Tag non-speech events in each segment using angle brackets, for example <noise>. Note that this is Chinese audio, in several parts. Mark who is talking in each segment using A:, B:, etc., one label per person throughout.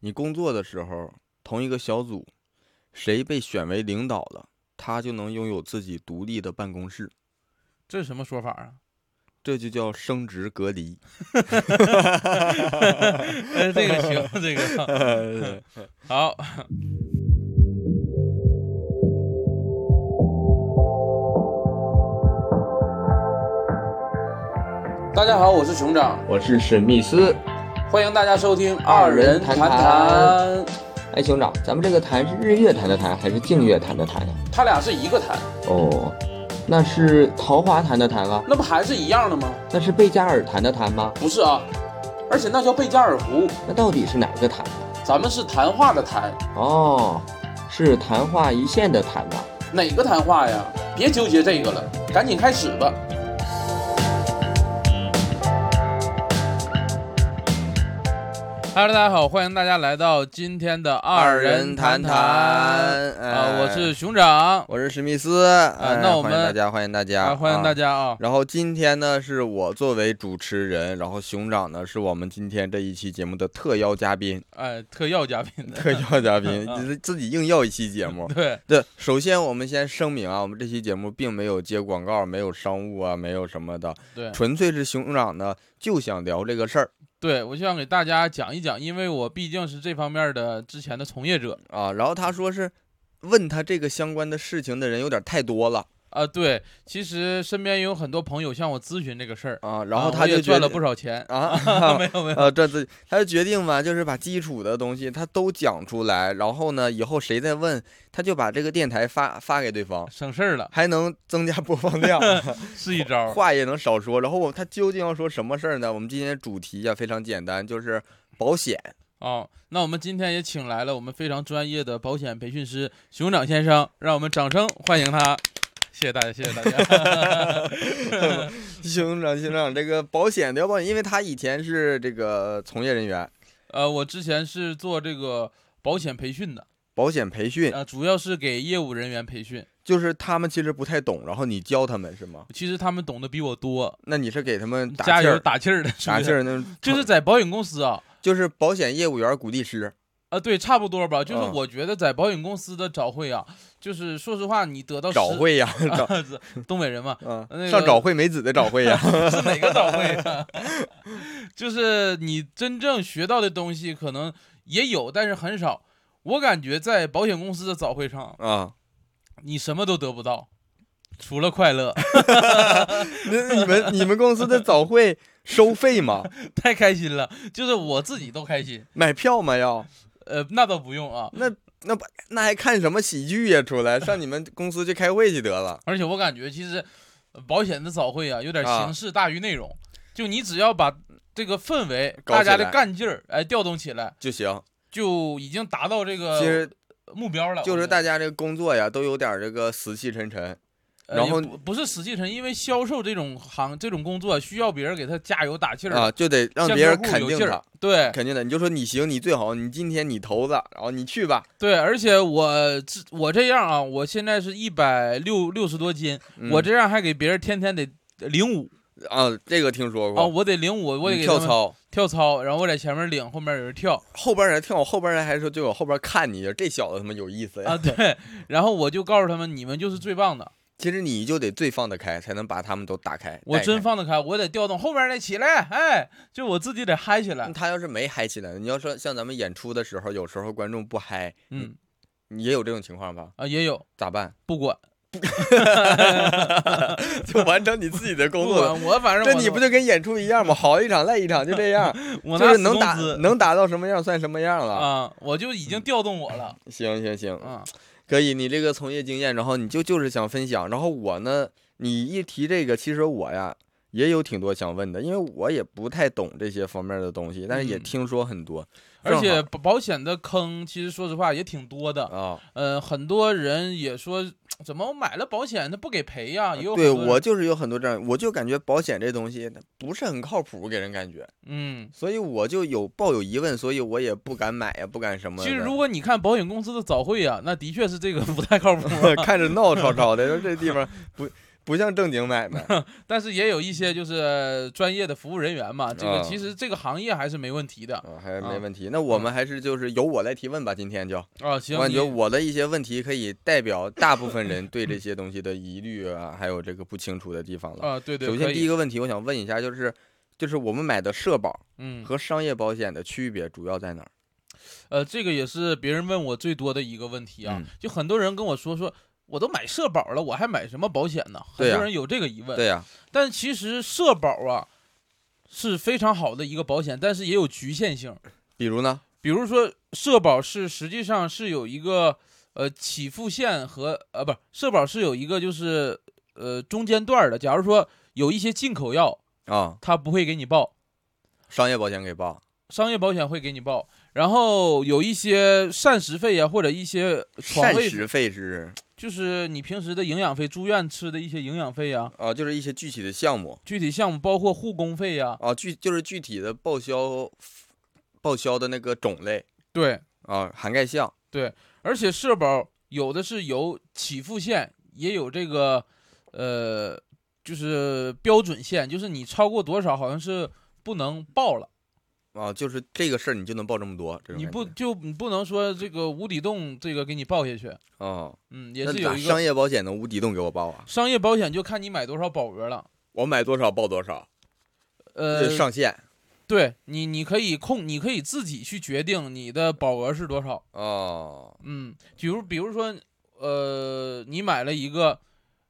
A: 你工作的时候，同一个小组，谁被选为领导了，他就能拥有自己独立的办公室，
B: 这是什么说法
C: <laughs>
B: 啊？
A: 这就叫升职隔离。 <laughs>
B: 哎，这个行，这个好。
C: 大家好，我是熊掌，
D: 我是史密斯。
C: 欢迎大家收听
D: 二人谈谈
C: 谈。
D: 哎，兄长，咱们这个谈是日月潭的谈还是净月潭的潭呀？
C: 他俩是一个谈，
D: 哦，那是桃花潭的潭啊？
C: 那不还是一样的吗？
D: 那是贝加尔潭的潭吗？
C: 不是啊，而且那叫贝加尔湖，
D: 那到底是哪个潭？啊
C: 咱们是谈话的谈，
D: 哦，是昙花一现的潭吧？
C: 哪个谈话呀？别纠结这个了，赶紧开始吧。
B: Hello，大家好，欢迎大家来到今天的人谈
A: 谈
B: 啊，
A: 啊
B: 我是熊掌，
A: 我是史密斯，哎
B: 啊那我们
A: 欢迎大家，欢迎大家，
B: 啊，欢迎
A: 家。
B: 大家啊。
A: 然后今天呢，是我作为主持人，然后熊掌呢是我们今天这一期节目的特邀嘉宾，
B: 哎，特邀嘉宾的， <laughs>
A: 特邀嘉宾
B: 啊，。
A: 自自己硬要一期节目
B: 对，
A: 对，首先我们先声明啊，我们这期节目并没有接广告，没有商务啊，没有什么的，
B: 对
A: 纯粹是熊掌呢就想聊这个事儿
B: 对，我就想给大家讲一讲，因为我毕竟是这方面的之前的从业者
A: 啊。然后他说是问他这个相关的事情的人有点太多了
B: 啊。对，其实身边也有很多朋友向我咨询这个事儿，
A: 啊，然
B: 啊
A: 后他
B: 我也
A: 就觉
B: 赚
A: 得
B: 了不少 <laughs> 钱。，
A: 啊
B: 没有没有，
A: 呃，这自己他就决定嘛，就是把基础的东西他都讲出来，然后呢，以后谁再问，他就把这个电台发发给对方，
B: 省事儿了，
A: 还能增加播放
B: <laughs>
A: 量，
B: 是一招。
A: 话也能少说。然后我他究竟要说什么事儿呢？我们今天主题啊呀、非常简单，就是保险。 <laughs>
B: 哦，那我们今天也请来了我们非常专业的保险培训师熊掌先生，让我们掌声欢迎他。谢谢大家，谢 <laughs> 谢大家。
A: 行长，行长，这个保险的要保险，因为他以前是这个从业人员，
B: 呃，我之前是做这个保险培训的，
A: 保险培训，
B: 啊，主要是给业务人员培训。
A: 就是他们其实不太懂，然后你教他们是吗？
B: 其实他们懂得比我多，
A: 那你是给他们打
B: 加
A: 气
B: 油
A: 儿，
B: 打气儿的，
A: 打气
B: 儿。
A: 儿那
B: 就是在保险公司啊，
A: 就是保险业务员鼓励师。
B: 啊，对，差不多吧。就是
A: 嗯
B: 我觉得在保险公司的早会啊，就是说实话，你得到
A: 找
B: 十，
A: 会呀，找
B: 啊是 <laughs> 东北人嘛，
A: 嗯
B: 那，
A: 上
B: 个
A: 找惠美子的找会
B: <laughs>
A: 呀，
B: 是哪个早会啊？ <laughs> 就是你真正学到的东西可能也有，但是很少。我感觉在保险公司的早会上，
A: 啊，
B: 你什么都得不到，除了快乐。 <laughs>
A: 那你们你们公司的早会收费吗？
B: 太开心了，就是我自己都开心。
A: 买票吗？要
B: 呃，那倒不用啊。
A: 那不那还看什么喜剧呀？出来上你们公司去开会去得了。
B: 而且我感觉其实呃保险的早会啊，有点
A: 啊
B: 形式大于内容。就你只要把这个氛围、
A: 搞
B: 大家
A: 起
B: 的
A: 来
B: 干劲儿，哎，调动起来，
A: 就行，
B: 就已经达到这
A: 其
B: 个
A: 实
B: 目标了。
A: 就
B: 呃我
A: 是
B: 觉得
A: 大家这个工作呀，都有点这个死气沉沉。
B: 呃
A: 然
B: 也
A: 后
B: 不不是死气沉，因为销售这种行这种工作需要别人给他加油打气儿
A: 啊，，就得让
B: 向
A: 别人
B: 客户
A: 肯
B: 有
A: 定
B: 劲儿
A: 他，
B: 对
A: 肯定的。你就说你行，你最好，你今天你头子，然后你去吧。
B: 对，而且我这我这样啊，我现在是一百六六十多斤，
A: 嗯
B: 我这样还给别人天天得领舞
A: 啊，这个听说
B: 啊，
A: 过，
B: 我得领舞，我得
A: 你嗯
B: 给
A: 跳
B: 他们
A: 操，
B: 跳操，然后我在前面领，后面有
A: <laughs>
B: 人跳
A: 后边人跳，后边人还说就往后边看你，这小子他妈有意思呀
B: 啊，。对，然后我就告诉他们，你们就是最棒的，
A: 其实你就得最放得开，才能把他们都打开。
B: 我
A: 带
B: 真
A: 开。
B: 放得开，我得调动后面的起来，哎，就我自己得嗨起来
A: 那，他要是没嗨起来呢，你要说像咱们演出的时候，有时候观众不嗨，
B: 嗯
A: 你也有这种情况吧？
B: 啊也有
A: 咋办？ <laughs>
B: 不管
A: 就完成你自己的工
B: 不
A: 作了。
B: 管我反正
A: 这
B: 我
A: 你不就跟演出一样吗？好一场赖一场，就这样，
B: <laughs> 我
A: 就是
B: 拿
A: 能
B: 死
A: 打
B: 工资
A: 能打到什么样算什么样了。
B: 啊，我就已经
A: 嗯
B: 调动我了
A: 行行行，
B: 啊。
A: 可以，你这个从业经验，然后你就就是想分享，然后我呢，你一提这个，其实我呀也有挺多想问的，因为我也不太懂这些方面的东西，但是也
B: 嗯
A: 听说很多，
B: 而且
A: 正
B: 保保险的坑，其实说实话也挺多的。
A: 啊、
B: 呃，很多人也说，怎么我买了保险，他不给赔呀、啊也有
A: 对
B: 很多人
A: 我，就是有很多这样，我就感觉保险这东西它不是很靠谱，给人感觉，
B: 嗯，
A: 所以我就有抱有疑问，所以我也不敢买呀，不敢什么的。
B: 其实如果你看保
A: <laughs>
B: 险公司的早会啊，那的确是这个不太靠谱
A: 看着闹吵吵的，说这地方不不像正经买
B: <laughs>
A: 卖。
B: 但是也有一些就是专业的服务人员嘛，这个
A: 啊
B: 其实这个行业还是没问题的
A: 啊，还没问题。那我们还是就是由我来提问吧，今天就
B: 啊。行，
A: 我感觉
B: 你
A: 我的一些问题可以代表大部分人对这些东西的疑虑啊，还有这个不清楚的地方了。
B: 啊，对对，
A: 首先
B: 可以
A: 第一个问题，我想问一下，就是就是我们买的社保
B: 嗯，
A: 和商业保险的区别主要在哪儿？
B: 呃，这个也是别人问我最多的一个问题啊，
A: 嗯
B: 就很多人跟我说说。我都买社保了，我还买什么保险呢？很
A: 对呀
B: 多人有这个疑问。
A: 对呀，
B: 但其实社保啊是非常好的一个保险，但是也有局限性。
A: 比如呢？
B: 比如说，社保是实际上是有一个呃起付线和呃不，社保是有一个就是呃中间段儿的。假如说有一些进口药，
A: 啊，
B: 它不会给你报，
A: 商业保险给报，
B: 商业保险会给你报，然后有一些膳食费呀、或者一些床
A: 膳
B: 位，
A: 食费是
B: 就是你平时的营养费、住院吃的一些营养费呀、
A: 啊，就是一些具体的项目
B: 具体项目包括护工费呀、
A: 啊，具就是具体的报销报销的那个种类
B: 对，
A: 啊，涵盖项。
B: 而且社保有的是有起付线，也有这个呃，就是标准线，就是你超过多少好像是不能报了，
A: 啊，就是这个事儿你就能报这么多，这种
B: 你
A: 感
B: 不
A: 觉
B: 就你不能说这个无底洞这个给你报下去，
A: 哦，
B: 嗯，也
A: 那
B: 是
A: 咋
B: 有一
A: 商
B: 个
A: 业保险能无底洞给我报啊？
B: 商业保险就看你买多少保额了，
A: 我买多少报多少，
B: 呃
A: 这，上限
B: 对你你可以控，你可以自己去决定你的保额是多少，
A: 哦，
B: 嗯，比如比如说呃，你买了一个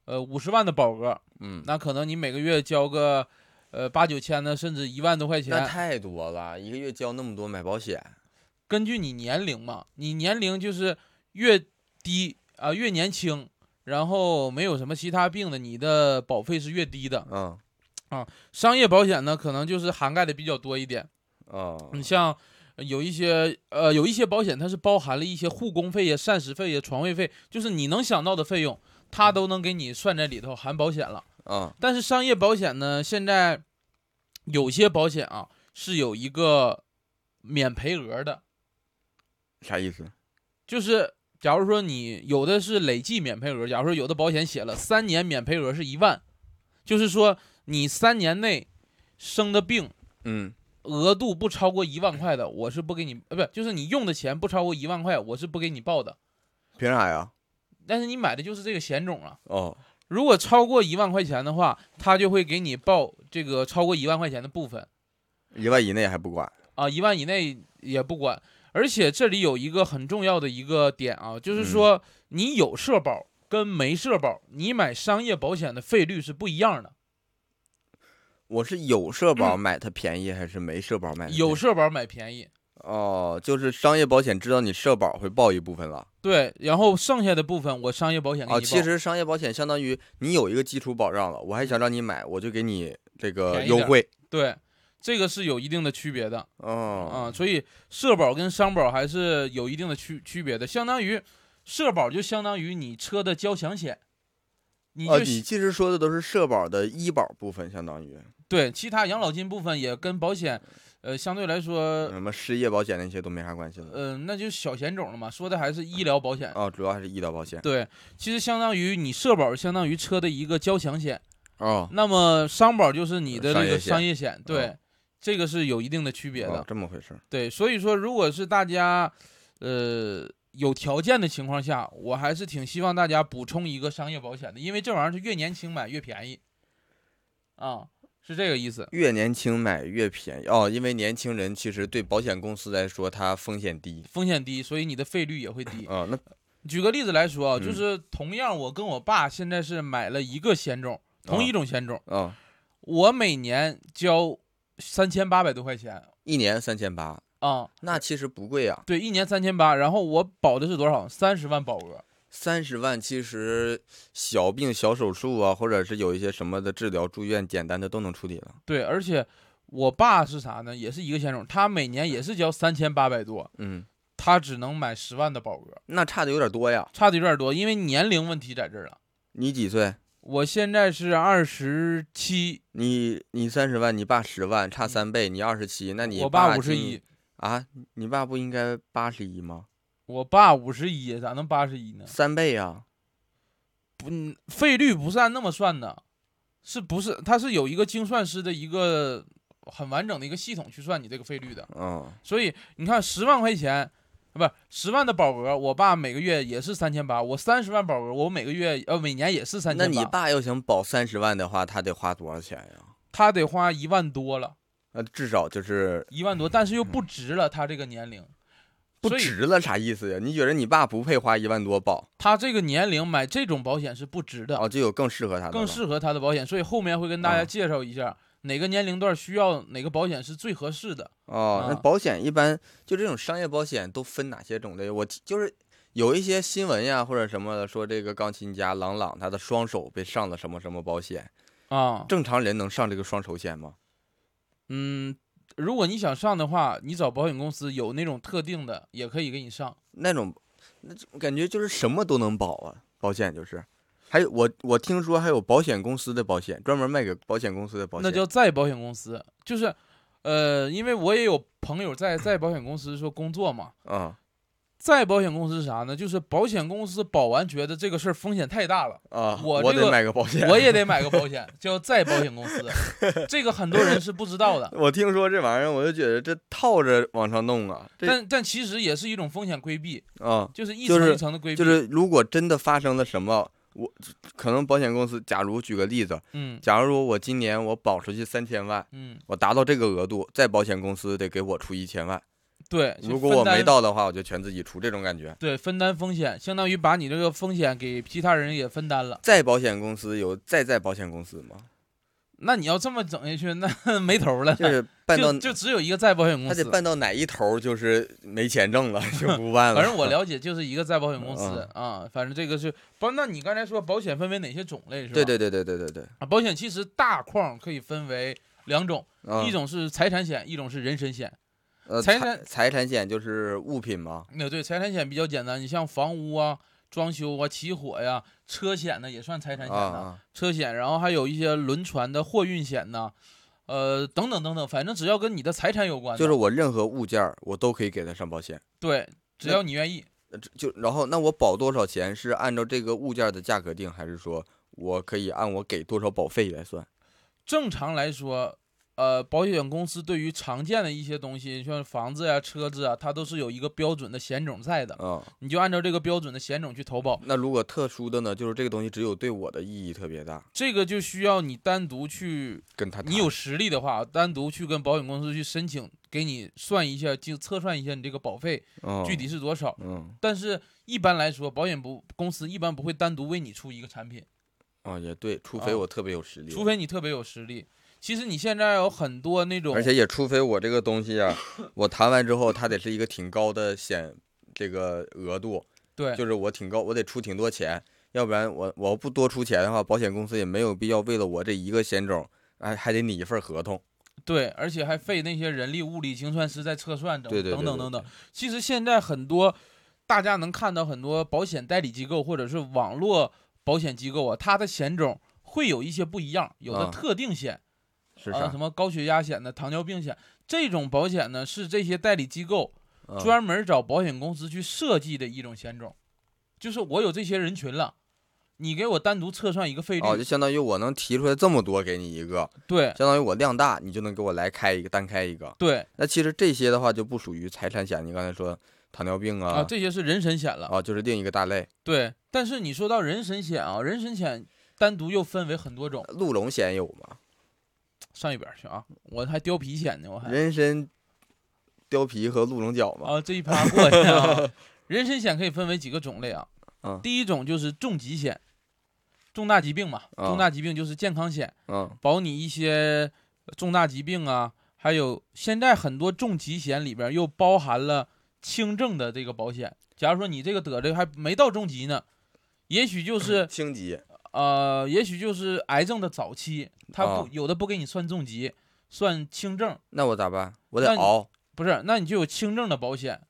B: 呃五十万的保额，
A: 嗯，
B: 那可能你每个月交个呃八九千的，甚至一万多块
A: 那
B: 钱，
A: 太多了，一个月交那么多买保险，
B: 根据你年龄嘛，你年龄就是越低啊、越年轻，然后没有什么其他病的，你的保费是越低的。
A: 嗯，
B: 商业保险呢，可能就是涵盖的比较多一点。
A: 哦，
B: 你像呃有一些呃有一些保险，它是包含了一些护工费呀、膳食费呀、床位费，就是你能想到的费用，它都能给你算在里头，含保险了。
A: 嗯，
B: 但是商业保险呢，现在有些保险啊是有一个免赔额的，
A: 啥意思？
B: 就是假如说你有的是累计免赔额，假如说有的保险写了三年免赔额是一万，就是说你三年内生的病
A: 嗯，
B: 额度不超过一万块的，我是不给你，呃，不就是你用的钱不超过一万块，我是不给你报的。
A: 凭啥呀？
B: 但是你买的就是这个险种啊，
A: 哦，
B: 如果超过一万块钱的话，他就会给你报这个超过一万块钱的部分。
A: 一万以内还不管，
B: 啊，一万以内也不管。而且这里有一个很重要的一个点啊，就是
A: 嗯
B: 说你有社保跟没社保，你买商业保险的费率是不一样的。
A: 我是有社保买它便宜还是没社保买它
B: 嗯有
A: 便宜
B: 社保买便宜，
A: 哦，就是商业保险知道你社保会报一部分了
B: 对，然后剩下的部分我商业保险给
A: 啊，
B: 你
A: 其
B: 报。
A: 实商业保险相当于你有一个基础保障了，我还想让你买，我就给你这个
B: 便宜
A: 优
B: 点儿
A: 惠。
B: 对，这个是有一定的区别的
A: 哦，
B: 啊，所以社保跟商保还是有一定的区区别的，相当于社保就相当于你车的交强险，你就
A: 啊，你其实说的都是社保的医保部分，相当于
B: 对其他养老金部分也跟保险，呃，相对来说
A: 什么失业保险那些都没啥关系了。
B: 呃，那就小险种了嘛，说的还是医疗保险。
A: 哦，主要还是医疗保险。
B: 呃对，其实相当于你社保相当于车的一个交强险，
A: 哦，
B: 那么商保就是你
A: 呃
B: 的
A: 商
B: 这
A: 业
B: 个
A: 险哦
B: 商业险。对，这个是有一定的区别的。
A: 哦这么回事儿。
B: 对，所以说如果是大家，呃。有条件的情况下，我还是挺希望大家补充一个商业保险的，因为这玩意儿是越年轻买越便宜，啊，是这个意思。
A: 越年轻买越便宜哦，因为年轻人其实对保险公司来说，它风险低。
B: 风险低，所以你的费率也会低。
A: 哦，那
B: 举个例子来说啊，就
A: 嗯
B: 是同样，我跟我爸现在是买了一个险种，同一种险种，
A: 哦，
B: 我每年交三千八百多块钱
A: 一年三千八，
B: 啊、
A: 那其实不贵啊。
B: 对，一年三千八，然后我保的是多少？三十万保额，
A: 三十万其实小病小手术啊，或者是有一些什么的治疗住院，简单的都能处理了。
B: 对，而且我爸是啥呢？也是一个险种，他每年也是交三千八百多，
A: 嗯，
B: 他只能买十万的保额，
A: 那差的有点多呀。
B: 差的有点多，因为年龄问题在这儿了。
A: 你几岁？
B: 我现在是二十七，
A: 你你三十万，你爸十万，差三倍，你二十七，那你
B: 我爸
A: 爸
B: 五十
A: 今
B: 一，
A: 啊？你爸不应该八十一吗？
B: 嗯
A: 啊
B: 我爸五十一，咋能八十一呢？
A: 三倍呀、
B: 不嗯费率不是按那么算的，是不是？它是有一个精算师的一个很完整的一个系统去算你这个费率的。
A: 嗯
B: 所以你看，十万块钱，啊不十万的保额，我爸每个月也是三千八。我三十万保额，我每个月呃每年也是三
A: 那
B: 千
A: 你
B: 八。
A: 爸要想保三十万的话，他得花多少钱呀？
B: 他得花一万多了，
A: 那至少就是
B: 一万多，但是又不值了，他这个年龄。
A: 嗯不
B: 所以
A: 值了，啥意思呀？你觉得你爸不配花一万多保？
B: 他这个年龄买这种保险是不值的，
A: 哦，就有更适合他的了，
B: 啊更适合他的保险。所以后面会跟大
A: 啊
B: 家介绍一下哪个年龄段需要哪个保险是最合适的。
A: 哦。那
B: 啊
A: 保险一般就这种商业保险都分哪些种类？我就是有一些新闻呀或者什么的说，这个钢琴家郎朗他的双手被上了什么什么保险，
B: 啊，
A: 正常人能上这个双手险吗？
B: 嗯，如果你想上的话，你找保险公司有那种特定的，也可以给你上。
A: 那种，那种感觉就是什么都能保啊，保险就是。还有我我听说还有保险公司的保险，专门卖给保险公司的保险。
B: 那叫在保险公司，就是，呃，因为我也有朋友在在保险公司说工作嘛，
A: 嗯
B: 在保险公司是啥呢？就是保险公司保完觉得这个事儿风险太大了，
A: 啊，
B: 我
A: 我
B: 这
A: 得
B: 个
A: 买个保险。
B: 我也得买个保险，叫在保险公司，这个很多人是不知
A: <laughs>
B: 道的。
A: <laughs> 我听说这玩意儿，我就觉得这套着往上弄啊，这
B: 但但其实也是一种风险规避，
A: 啊、
B: 就是一
A: 就
B: 层
A: 是
B: 一层的规避。
A: 就是如果真的发生了什么，我可能保险公司，假如举个例子，
B: 嗯
A: 假如我今年我保出去三千万，
B: 嗯，
A: 我达到这个额度，在保险公司得给我出一千万，
B: 对。就
A: 如果
B: 分
A: 我没
B: 担
A: 到的话，我就全自己出，这种感觉。
B: 对，分担风险，相当于把你这个风险给其他人也分担了。
A: 在保险公司有再在保险公司吗？
B: 那你要这么整下去，那 <laughs> 没头儿了，
A: 就是办到
B: 就就只有一个在保险公
A: 他
B: 司
A: 得。办到哪一头就是没钱挣了就不办了。
B: 反正我了解就是一个在保险公司
A: 嗯
B: 啊，反正这个是不？那你刚才说保险分为哪些种类是
A: <laughs>
B: 吧？
A: 对对对对对对对，
B: 啊，保险其实大框可以分为两种，
A: 嗯
B: 一种是财产险，一种是人身险。
A: 呃
B: 财
A: 产
B: 产
A: 财产险就是物品嘛，
B: 那对财产险比较简单，你像房屋啊、装修啊、起火呀、车险呢也算财
A: 啊
B: 产险的，
A: 啊
B: 车险，然后还有一些轮船的货运险呐，呃，等等等等，反正只要跟你的财产有关的，
A: 就是我任何物件儿我都可以给他上保险。
B: 对，只
A: 那
B: 要你愿意。
A: 呃这就然后那我保多少钱是按照这个物件儿的价格定，还是说我可以按我给多少保费来算？
B: 正常来说，呃，保险公司对于常见的一些东西，像房子呀、车子啊，它都是有一个标准的险种在的，
A: 嗯，
B: 你就按照这个标准的险种去投保。
A: 那如果特殊的呢，就是这个东西只有对我的意义特别大，
B: 这个就需要你单独去，
A: 跟他
B: 你
A: 谈
B: 有实力的话，单独去跟保险公司去申请，给你算一下，就测算一下你这个保费
A: 嗯
B: 具体是多少。
A: 嗯
B: 但是一般来说，保险不公司一般不会单独为你出一个产品，
A: 啊也对，除非
B: 啊
A: 我特别有实力，
B: 除非你特别有实力。其实你现在有很多那种，
A: 而且也除非我这个东西啊，我谈完之后，它得是一个挺高的险这个额度，
B: 对
A: 就是我挺高，我得出挺多钱，要不然我我不多出钱的话，保险公司也没有必要为了我这一个险种，还还得拟一份合同。
B: 对，而且还费那些人力物力精算师在测算等
A: 对对对
B: 等等
A: 对
B: 等等。其实现在很多大家能看到很多保险代理机构或者是网络保险机构啊，它的险种会有一些不一样，有
A: 啊
B: 的特定险，
A: 是
B: 啊，
A: 啥嗯
B: 什？么高血压险的、糖尿病险这种保险呢，是这些代理机构
A: 嗯
B: 专门找保险公司去设计的一种险种，就是我有这些人群了，你给我单独测算一个费率，
A: 哦，就相当于我能提出来这么多给你一个，
B: 对
A: 相当于我量大，你就能给我来开一个单开一个。
B: 对
A: 那其实这些的话就不属于财产险，你刚才说糖尿病
B: 啊，
A: 啊，
B: 这些是人身险了，
A: 啊就是另一个大类。
B: 对。但是你说到人身险啊，人身险单独又分为很多种，
A: 鹿茸险有吗？
B: 上一边儿去啊，我还貂皮险呢，我还
A: 人参、貂皮和鹿茸角嘛。
B: 哎啊这一趴过去啊。 <laughs> 人身险可以分为几个种类啊，
A: <laughs> 嗯
B: 第一种就是重疾险，重大疾病嘛，
A: 啊
B: 重大疾病就是健康险。
A: 嗯，
B: 保你一些重大疾病啊，还有现在很多重疾险里边又包含了轻症的这个保险。假如说你这个得的还没到重疾呢，也许就是
A: 轻疾，
B: 呃，也许就是癌症的早期，它不、
A: 啊
B: 有的不给你算重疾，算轻症，
A: 那我咋办？我得
B: 那你
A: 熬。
B: 不是，那你就有轻症的保险。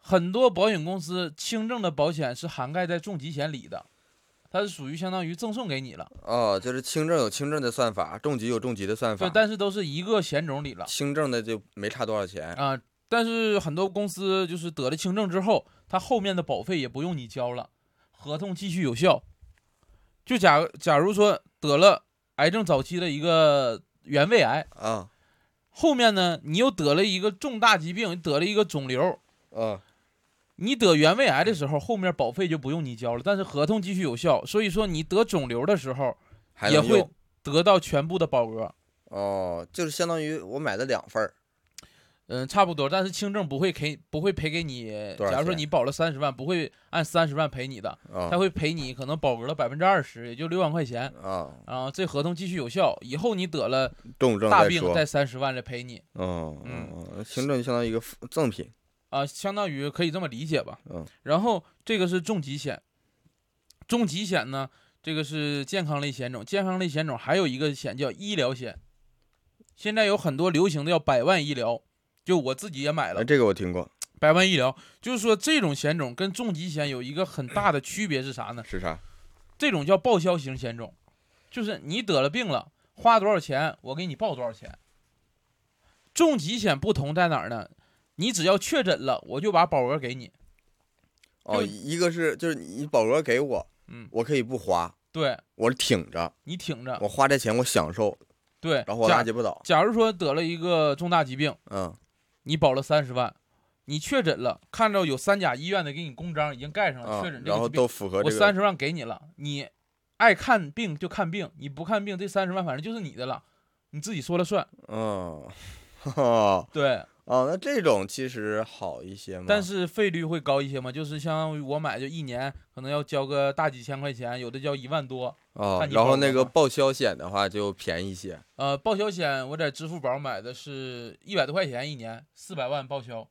B: 很多保险公司轻症的保险是涵盖在重疾险里的，它是属于相当于赠送给你了，
A: 哦，就是轻症有轻症的算法，重疾有重疾的算
B: 对
A: 法，。
B: 但是都是一个险种里了。
A: 轻症的就没差多少钱。
B: 啊、但是很多公司就是得了轻症之后，他后面的保费也不用你交了，合同继续有效。就假假如说得了癌症早期的一个原位癌，
A: 啊
B: 后面呢你又得了一个重大疾病，得了一个肿瘤，
A: 啊
B: 你得原位癌的时候，后面保费就不用你交了，但是合同继续有效，所以说你得肿瘤的时候
A: 还
B: 也
A: 能
B: 会
A: 用
B: 得到全部的保额。
A: 哦，就是相当于我买了两份儿
B: 嗯，差不多，但是轻症不会给不会赔给你。
A: 多少
B: 哎假如说
A: 钱
B: 你保了三十万，不会按三十万赔你的，
A: 啊
B: 他会赔你可能保额的百分之二十，也就六万块钱。
A: 啊，
B: 然后这合同继续有效，以后你得了
A: 重症
B: 大
A: 再
B: 病
A: 说，
B: 再三十万来赔你
A: 嗯
B: 嗯
A: 嗯，嗯轻症相当于一个附赠品，
B: 啊、相当于可以这么理解吧。
A: 嗯，
B: 然后这个是重疾险，重疾险呢，这个是健康类险种，健康类险种还有一个险叫医疗险，现在有很多流行的叫百万医疗，就我自己也买了
A: 哎，。这个我听过，
B: 百万医疗，就是说这种险种跟重疾险有一个很大的区别是啥呢？
A: 是啥？
B: 这种叫报销型险种，就是你得了病了，花多少钱我给你报多少钱。重疾险不同在哪儿呢？你只要确诊了，我就把保额给你。
A: 哦，
B: 就
A: 一个是就是你保额给我，
B: 嗯，啊
A: 我可以不花，
B: 对
A: 我挺着，
B: 你挺着。
A: 我花这钱我享受，
B: 对，
A: 然后我
B: 假
A: 拉鸡巴倒，
B: 假如说得了一个重大疾病，
A: 嗯
B: 你保了三十万，你确诊了，看着有三甲医院的给你公章已经盖上了，
A: 啊
B: 确诊，这
A: 然
B: 个
A: 后
B: 疾病
A: 都符合
B: 我
A: 这
B: 三
A: 个，
B: 十万给你了，你爱看病就看病，你不看病这三十万反正就是你的了，你自己说了算。
A: 嗯，哈哈，
B: 对，
A: 哦，那这种其实好一些嘛，
B: 但是费率会高一些嘛，就是相当于我买就一年可能要交个大几千块钱，有的交一万多。
A: 哦
B: 看，你
A: 然
B: 报
A: 后
B: 不
A: 那
B: 报
A: 个
B: 吧
A: 报销险的话就便宜一些，
B: 呃，报销险我在支付宝买的是一百多块钱一年，四百万报销，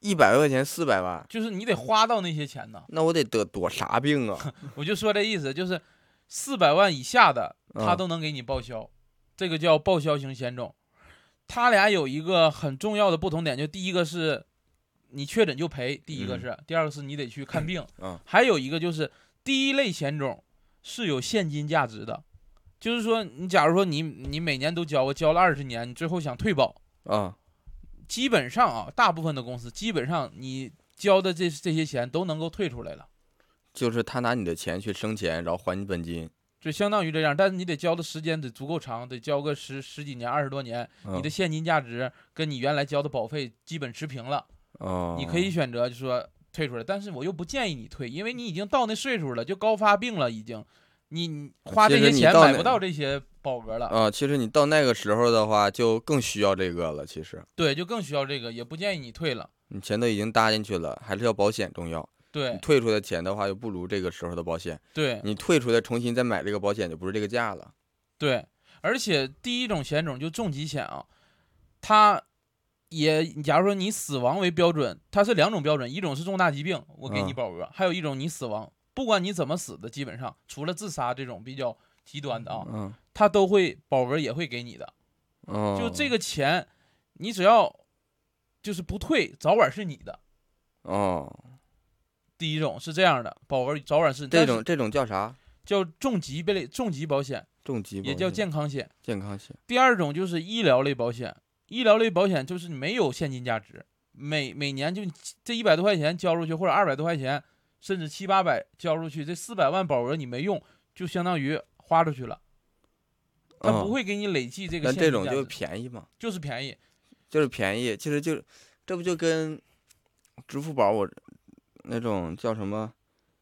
A: 一百块钱四百万，
B: 就是你得花到那些钱呢。
A: 那我得得多啥病啊？
B: 我就说这意思，就是四百万以下的，
A: 啊
B: <laughs> 他都能给你报销，这个叫报销型险种。他俩有一个很重要的不同点，就第一个是你确诊就赔，第一个
A: 嗯
B: 是，第二个是你得去看病，
A: 啊
B: 还有一个就是第一类险种是有现金价值的，就是说你假如说你你每年都交，我交了二十年，你最后想退保，
A: 啊，
B: 基本上啊，大部分的公司基本上你交的这这些钱都能够退出来了。
A: 就是他拿你的钱去生钱，然后还你本金，
B: 就相当于这样，但是你得交的时间得足够长，得交个十十几年、二十多年，
A: 嗯
B: 你的现金价值跟你原来交的保费基本持平了，
A: 哦，
B: 你可以选择就说退出来，但是我又不建议你退，因为你已经到那岁数了，就高发病了，已经，你你花这
A: 其实
B: 些
A: 你
B: 钱
A: 到
B: 买
A: 那
B: 不到这些保额了，
A: 啊，其实你到那个时候的话，就更需要这个了。其实
B: 对，就更需要这个，也不建议你退了，
A: 你钱都已经搭进去了，还是要保险重要。你
B: 对
A: 退出的钱的话，又不如这个时候的保险。
B: 对
A: 你退出来重新再买这个保险，就不是这个价了。
B: 对，而且第一种险种就重疾险啊，它也假如说你死亡为标准，它是两种标准，一种是重大疾病，我给你
A: 嗯
B: 保额，还有一种你死亡，不管你怎么死的，基本上除了自杀这种比较极端的啊，
A: 嗯，
B: 它都会保额也会给你的。
A: 哦，
B: 就这个钱，你只要就是不退，早晚是你的。
A: 哦，
B: 第一种是这样的，保额早晚是
A: 这
B: 但是
A: 种这种叫啥？
B: 叫重疾类重疾保险，
A: 重疾
B: 也
A: 保
B: 叫
A: 险
B: 健康险。
A: 健康险。
B: 第二种就是医疗类保险，医疗类保险就是没有现金价值，每每年就这一百多块钱交出去，或者二百多块钱，甚至七八百交出去，这四百万保额你没用，就相当于花出去了，它
A: 嗯
B: 不，会给你累计这个
A: 但
B: 现
A: 这
B: 金价值。
A: 种就便宜嘛。
B: 就是便宜，
A: 就是便宜，其实就这不就跟支付宝我那种叫什么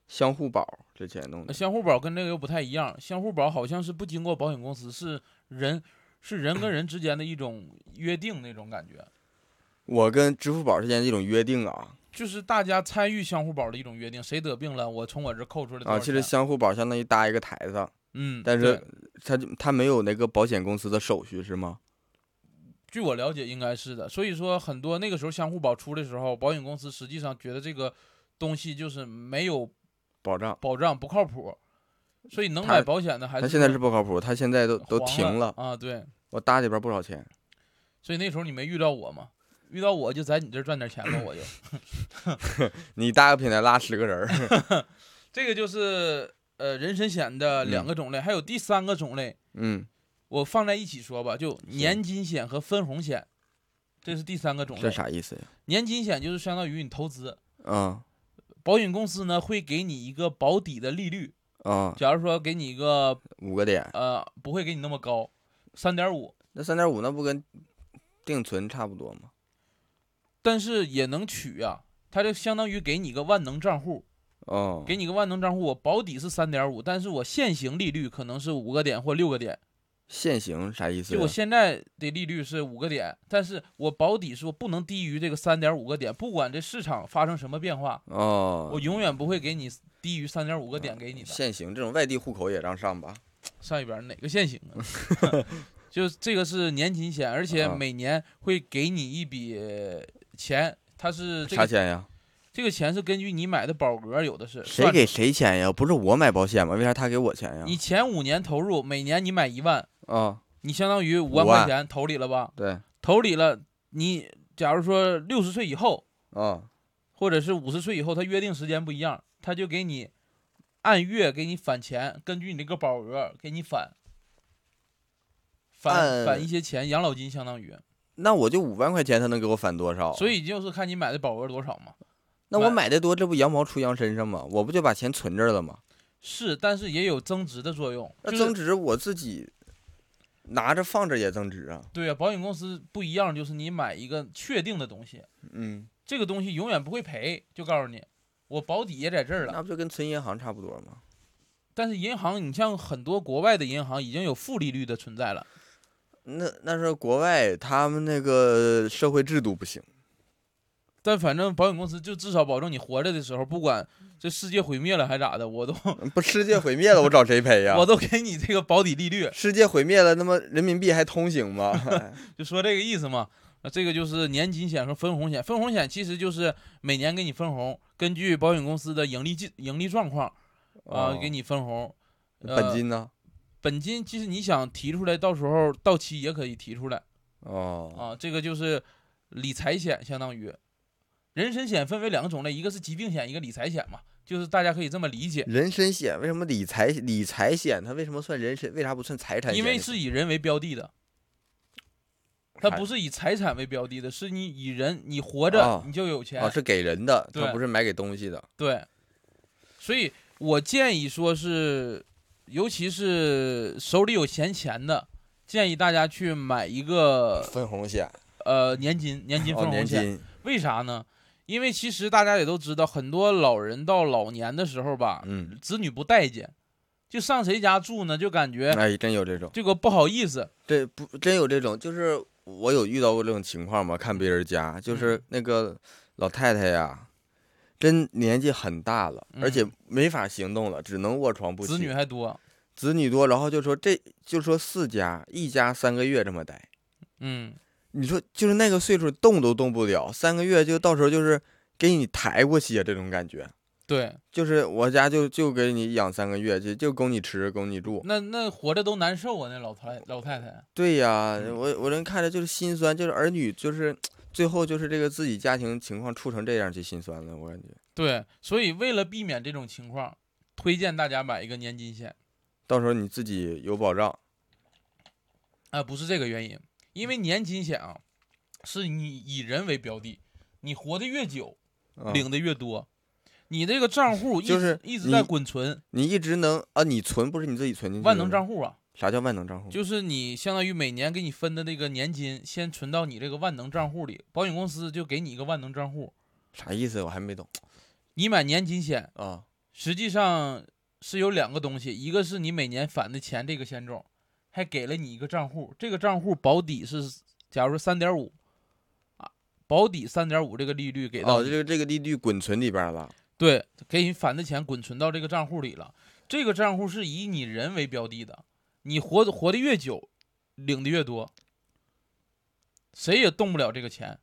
A: 相互宝之前弄
B: 呃
A: 的
B: 相互保跟这个又不太一样，相互保好像是不经过保险公司，是人是人跟人之间的一种约定那种感觉。
A: 我跟支付宝之间的一种约定啊
B: 就是大家参与相互保的一种约定，谁得病了，我从我这扣出来多
A: 啊，
B: 少
A: 其实
B: 钱
A: 相互宝相当于搭一个台子，
B: 嗯，
A: 但
B: 对
A: 是它就它没有那个保险公司的手续是吗？
B: 据我了解，应该是的。所以说，很多那个时候相互保出的时候，保险公司实际上觉得这个东西就是没有
A: 保障，
B: 保障，不靠谱，所以能
A: 他
B: 买保险的还
A: 它
B: 是
A: 现在是不靠谱，它现在都都
B: 黄
A: 停
B: 了
A: 了，
B: 啊。对，
A: 我搭里边不少钱，
B: 所以那时候你没遇到我嘛，遇到我就在你这儿赚点钱吧，我就
A: 你搭个平台拉十个人
B: <laughs>
A: 儿
B: 这个就是呃人身险的两个种类，还有第三个种类，
A: 嗯，
B: 我放在一起说吧，就年金险和分红险，这是第三个种
A: 这
B: 类。
A: 啥意思呀？
B: 年金险就是相当于你投资，
A: 嗯
B: 保险公司呢会给你一个保底的利率。
A: 啊，
B: 假如说给你一个
A: 五个点，
B: 呃，不会给你那么高，三点五，
A: 那三点五那不跟定存差不多吗？
B: 但是也能取啊，它就相当于给你个万能账户，
A: 哦，
B: 给你个万能账户，我保底是三点五，但是我现行利率可能是五个点或六个点，
A: 现行啥意思
B: 就
A: 呀？
B: 我现在的利率是五个点，但是我保底说不能低于这个三点五个点，不管这市场发生什么变化，我
A: 哦，
B: 永远不会给你低于三点五个点给你的。
A: 现行这种外地户口也让上吧？
B: 上一边儿哪个现行
A: <laughs>
B: 啊？ <laughs> 就是这个是年金险，而且
A: 啊
B: 每年会给你一笔钱，它是这
A: 啥
B: 个
A: 钱呀？
B: 这个钱是根据你买的保额，有的是
A: 谁
B: 呃算
A: 给谁钱呀？不是我买保险吗？为啥他给我钱呀？
B: 你前五年投入，每年你买一万，
A: 啊，
B: 你相当于五
A: 五
B: 万
A: 万
B: 块钱投里了吧？
A: 对，
B: 投里了，你假如说六十岁以后，
A: 啊，
B: 或者是五十岁以后，他约定时间不一样，他就给你按月给你返钱，根据你这个保额给你返，返
A: 按
B: 返一些钱，养老金相当于，
A: 那我就五万块钱，他能给我返多少？啊
B: 所以就是看你买的保额多少嘛。
A: 那我
B: 买
A: 买的多，这不羊毛出羊身上吗？我不就把钱存这儿了吗？
B: 是，但是也有增值的作用，
A: 那
B: 就是
A: 增值我自己拿着放着也增值啊。
B: 对啊，保险公司不一样，就是你买一个确定的东西，
A: 嗯，
B: 这个东西永远不会赔，就告诉你，我保底也在这儿了。
A: 那不就跟存银行差不多吗？
B: 但是银行，你像很多国外的银行已经有负利率的存在了，
A: 那那是国外他们那个社会制度不行。
B: 但反正保险公司就至少保证你活着的时候，不管这世界毁灭了还咋的，我都、
A: 嗯不，世界毁灭了，我找谁赔呀？
B: <laughs> 我都给你这个保底利率，
A: 世界毁灭了，那么人民币还通行吗？
B: <laughs> 就说这个意思嘛。那这个就是年金险和分红险，分红险其实就是每年给你分红，根据保险公司的盈利计盈利状况啊、
A: 哦
B: 给你分红。呃
A: 本金呢？
B: 本金其实你想提出来，到时候到期也可以提出来。
A: 哦，
B: 啊，这个就是理财险，相当于人身险分为两种类，一个是疾病险，一个理财险嘛，就是大家可以这么理解，
A: 人身险为什么理财理财险它为什么算人身？为啥不算财产险？
B: 因为是以人为标的的，它
A: 还
B: 不是以财产为标的的，是你以人，你活着
A: 哦
B: 你就有钱，
A: 哦，是给人的，它
B: 对
A: 不是买给东西的。
B: 对，所以我建议说是，尤其是手里有闲钱的，建议大家去买一个
A: 分红险
B: 呃年金年金分
A: 哦，年
B: 红险。
A: 金，
B: 为啥呢？因为其实大家也都知道，很多老人到老年的时候吧，
A: 嗯，
B: 子女不待见，就上谁家住呢，就感觉
A: 哎，真有这种。
B: 这个不好意思。
A: 这不真有这种，就是我有遇到过这种情况嘛？看别人家，
B: 嗯
A: 就是那个老太太呀，真年纪很大了，而且
B: 嗯
A: 没法行动了，只能卧床不起。
B: 子女还多，
A: 子女多，然后就说这就说四家一家三个月这么待，
B: 嗯，
A: 你说就是那个岁数动都动不了，三个月就到时候就是给你抬过去啊，这种感觉。
B: 对，
A: 就是我家就就给你养三个月，就就供你吃，供你住。
B: 那那活着都难受啊，那老太老太太，
A: 对呀，
B: 嗯
A: 我我人看着就是心酸，就是儿女就是最后就是这个自己家庭情况处成这样就心酸了，我感觉。
B: 对，所以为了避免这种情况，推荐大家买一个年金险
A: 到时候你自己有保障，
B: 啊、不是这个原因，因
A: 嗯
B: 为年金险啊，是你以人为标的，你活得越久，
A: 啊
B: 领的越多，你这个账户一直
A: 就是
B: 一直在
A: 你
B: 滚存，
A: 你一直能啊，你存不是嗯你自己存进去的
B: 万能
A: 吗
B: 账户啊。
A: 啥叫万能账户？
B: 就是你相当于每年给你分的那个年金，先存到你这个万能账户里，保险公司就给你一个万能账户。
A: 啥意思？我还没懂
B: 你买年金险，
A: 啊。
B: 实际上是有两个东西，一个是你每年返的钱这个险种，还给了你一个账户，这个账户保底是，假如说三点五，啊，保底三点五这个利率给到
A: 哦，
B: 你、
A: 这个这个利率滚存里边了。
B: 对，给你返的钱滚存到这个账户里了。这个账户是以你人为标的的，你活得活得越久，领的越多，谁也动不了这个钱。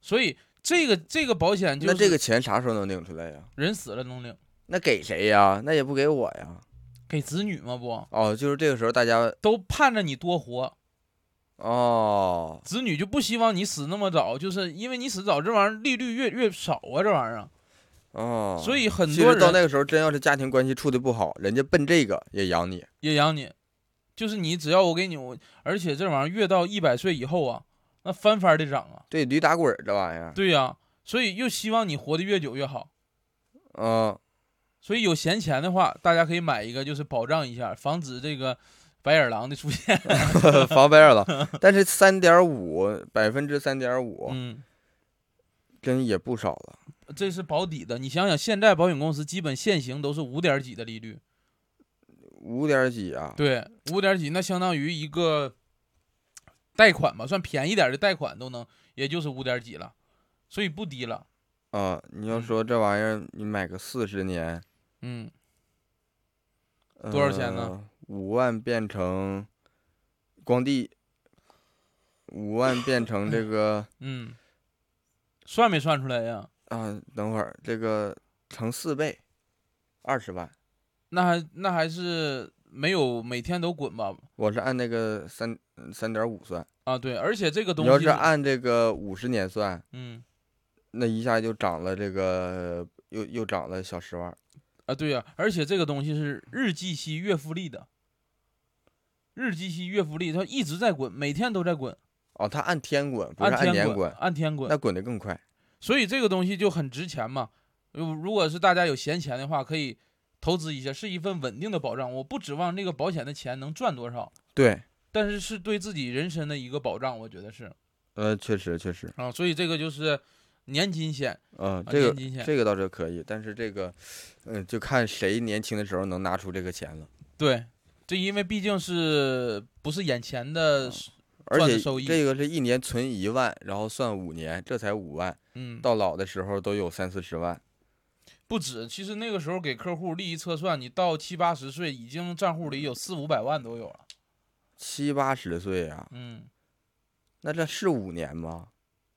B: 所以这个这个保险就
A: 那这
B: 是
A: 个钱啥时候能领出来呀？
B: 人死了能领，
A: 那给谁呀？那也不给我呀。
B: 给子女嘛不
A: 哦，就是这个时候大家
B: 都盼着你多活，
A: 哦，
B: 子女就不希望你死那么早，就是因为你死早这玩意儿利率越越少啊，这玩意儿。
A: 哦，
B: 所以很
A: 其
B: 多
A: 实到
B: 人
A: 那个时候，真要是家庭关系处的不好，人家奔这个也养你。
B: 也养你，就是你只要我给你我，而且这玩意儿越到一百岁以后啊，那翻番的涨啊。
A: 对，驴打滚儿这玩意儿，
B: 对呀、所以又希望你活得越久越好。
A: 嗯， <laughs>
B: 所以有闲钱的话，大家可以买一个，就是保障一下，防止这个白眼狼的出现。
A: 防白眼狼，但是三点五百分之三点五
B: 嗯，
A: 跟也不少了。
B: 这是保底的。你想想，现在保险公司基本现行都是五点几的利率，
A: 五点几啊？
B: 对，五点几，那相当于一个贷款吧，算便宜点儿的贷款都能，也就是五点几了，所以不低了。
A: 啊、你要
B: 嗯
A: 说这玩意儿，你买个四十年，
B: 嗯，多少钱呢
A: 呃？五万变成光地，五万变成这
B: <laughs>
A: 个
B: 嗯，算没算出来呀？
A: 啊，等会儿这个乘四倍，二十万。
B: 那还那还是没有每天都滚吧？
A: 我是按那个三嗯三点五算，
B: 啊，对，而且这个东
A: 你
B: 西
A: 要是按这个五十年算，
B: 嗯
A: 那一下就涨了这个又又涨了小十万。
B: 啊，对呀、而且这个东西是日计息月复利的，日计息月复利，它一直在滚，每天都在滚，
A: 哦，它按天滚，不是
B: 按
A: 按
B: 天
A: 年
B: 滚，
A: 滚，
B: 按天滚
A: 那，滚得更快。
B: 所以这个东西就很值钱嘛。如如果是大家有闲钱的话，可以投资一下，是一份稳定的保障。我不指望这个保险的钱能赚多少，
A: 对，
B: 但是是对自己人身的一个保障，我觉得是
A: 呃，确实确实，
B: 啊。所以这个就是年金险，
A: 嗯、
B: 啊
A: 这个
B: 年金险
A: 这个倒是可以，但是这个，嗯、就看谁年轻的时候能拿出这个钱了。
B: 对，这因为毕竟是不是眼前的，
A: 而
B: 赚
A: 且
B: 的收益
A: 这个是一年存一万，然后算五年，这才五万，
B: 嗯，
A: 到老的时候都有三四十万。
B: 不止，其实那个时候给客户利益测算，你到七八十岁，已经账户里有四五百万都有了。
A: 七八十岁啊，
B: 嗯，
A: 那这是五年吗？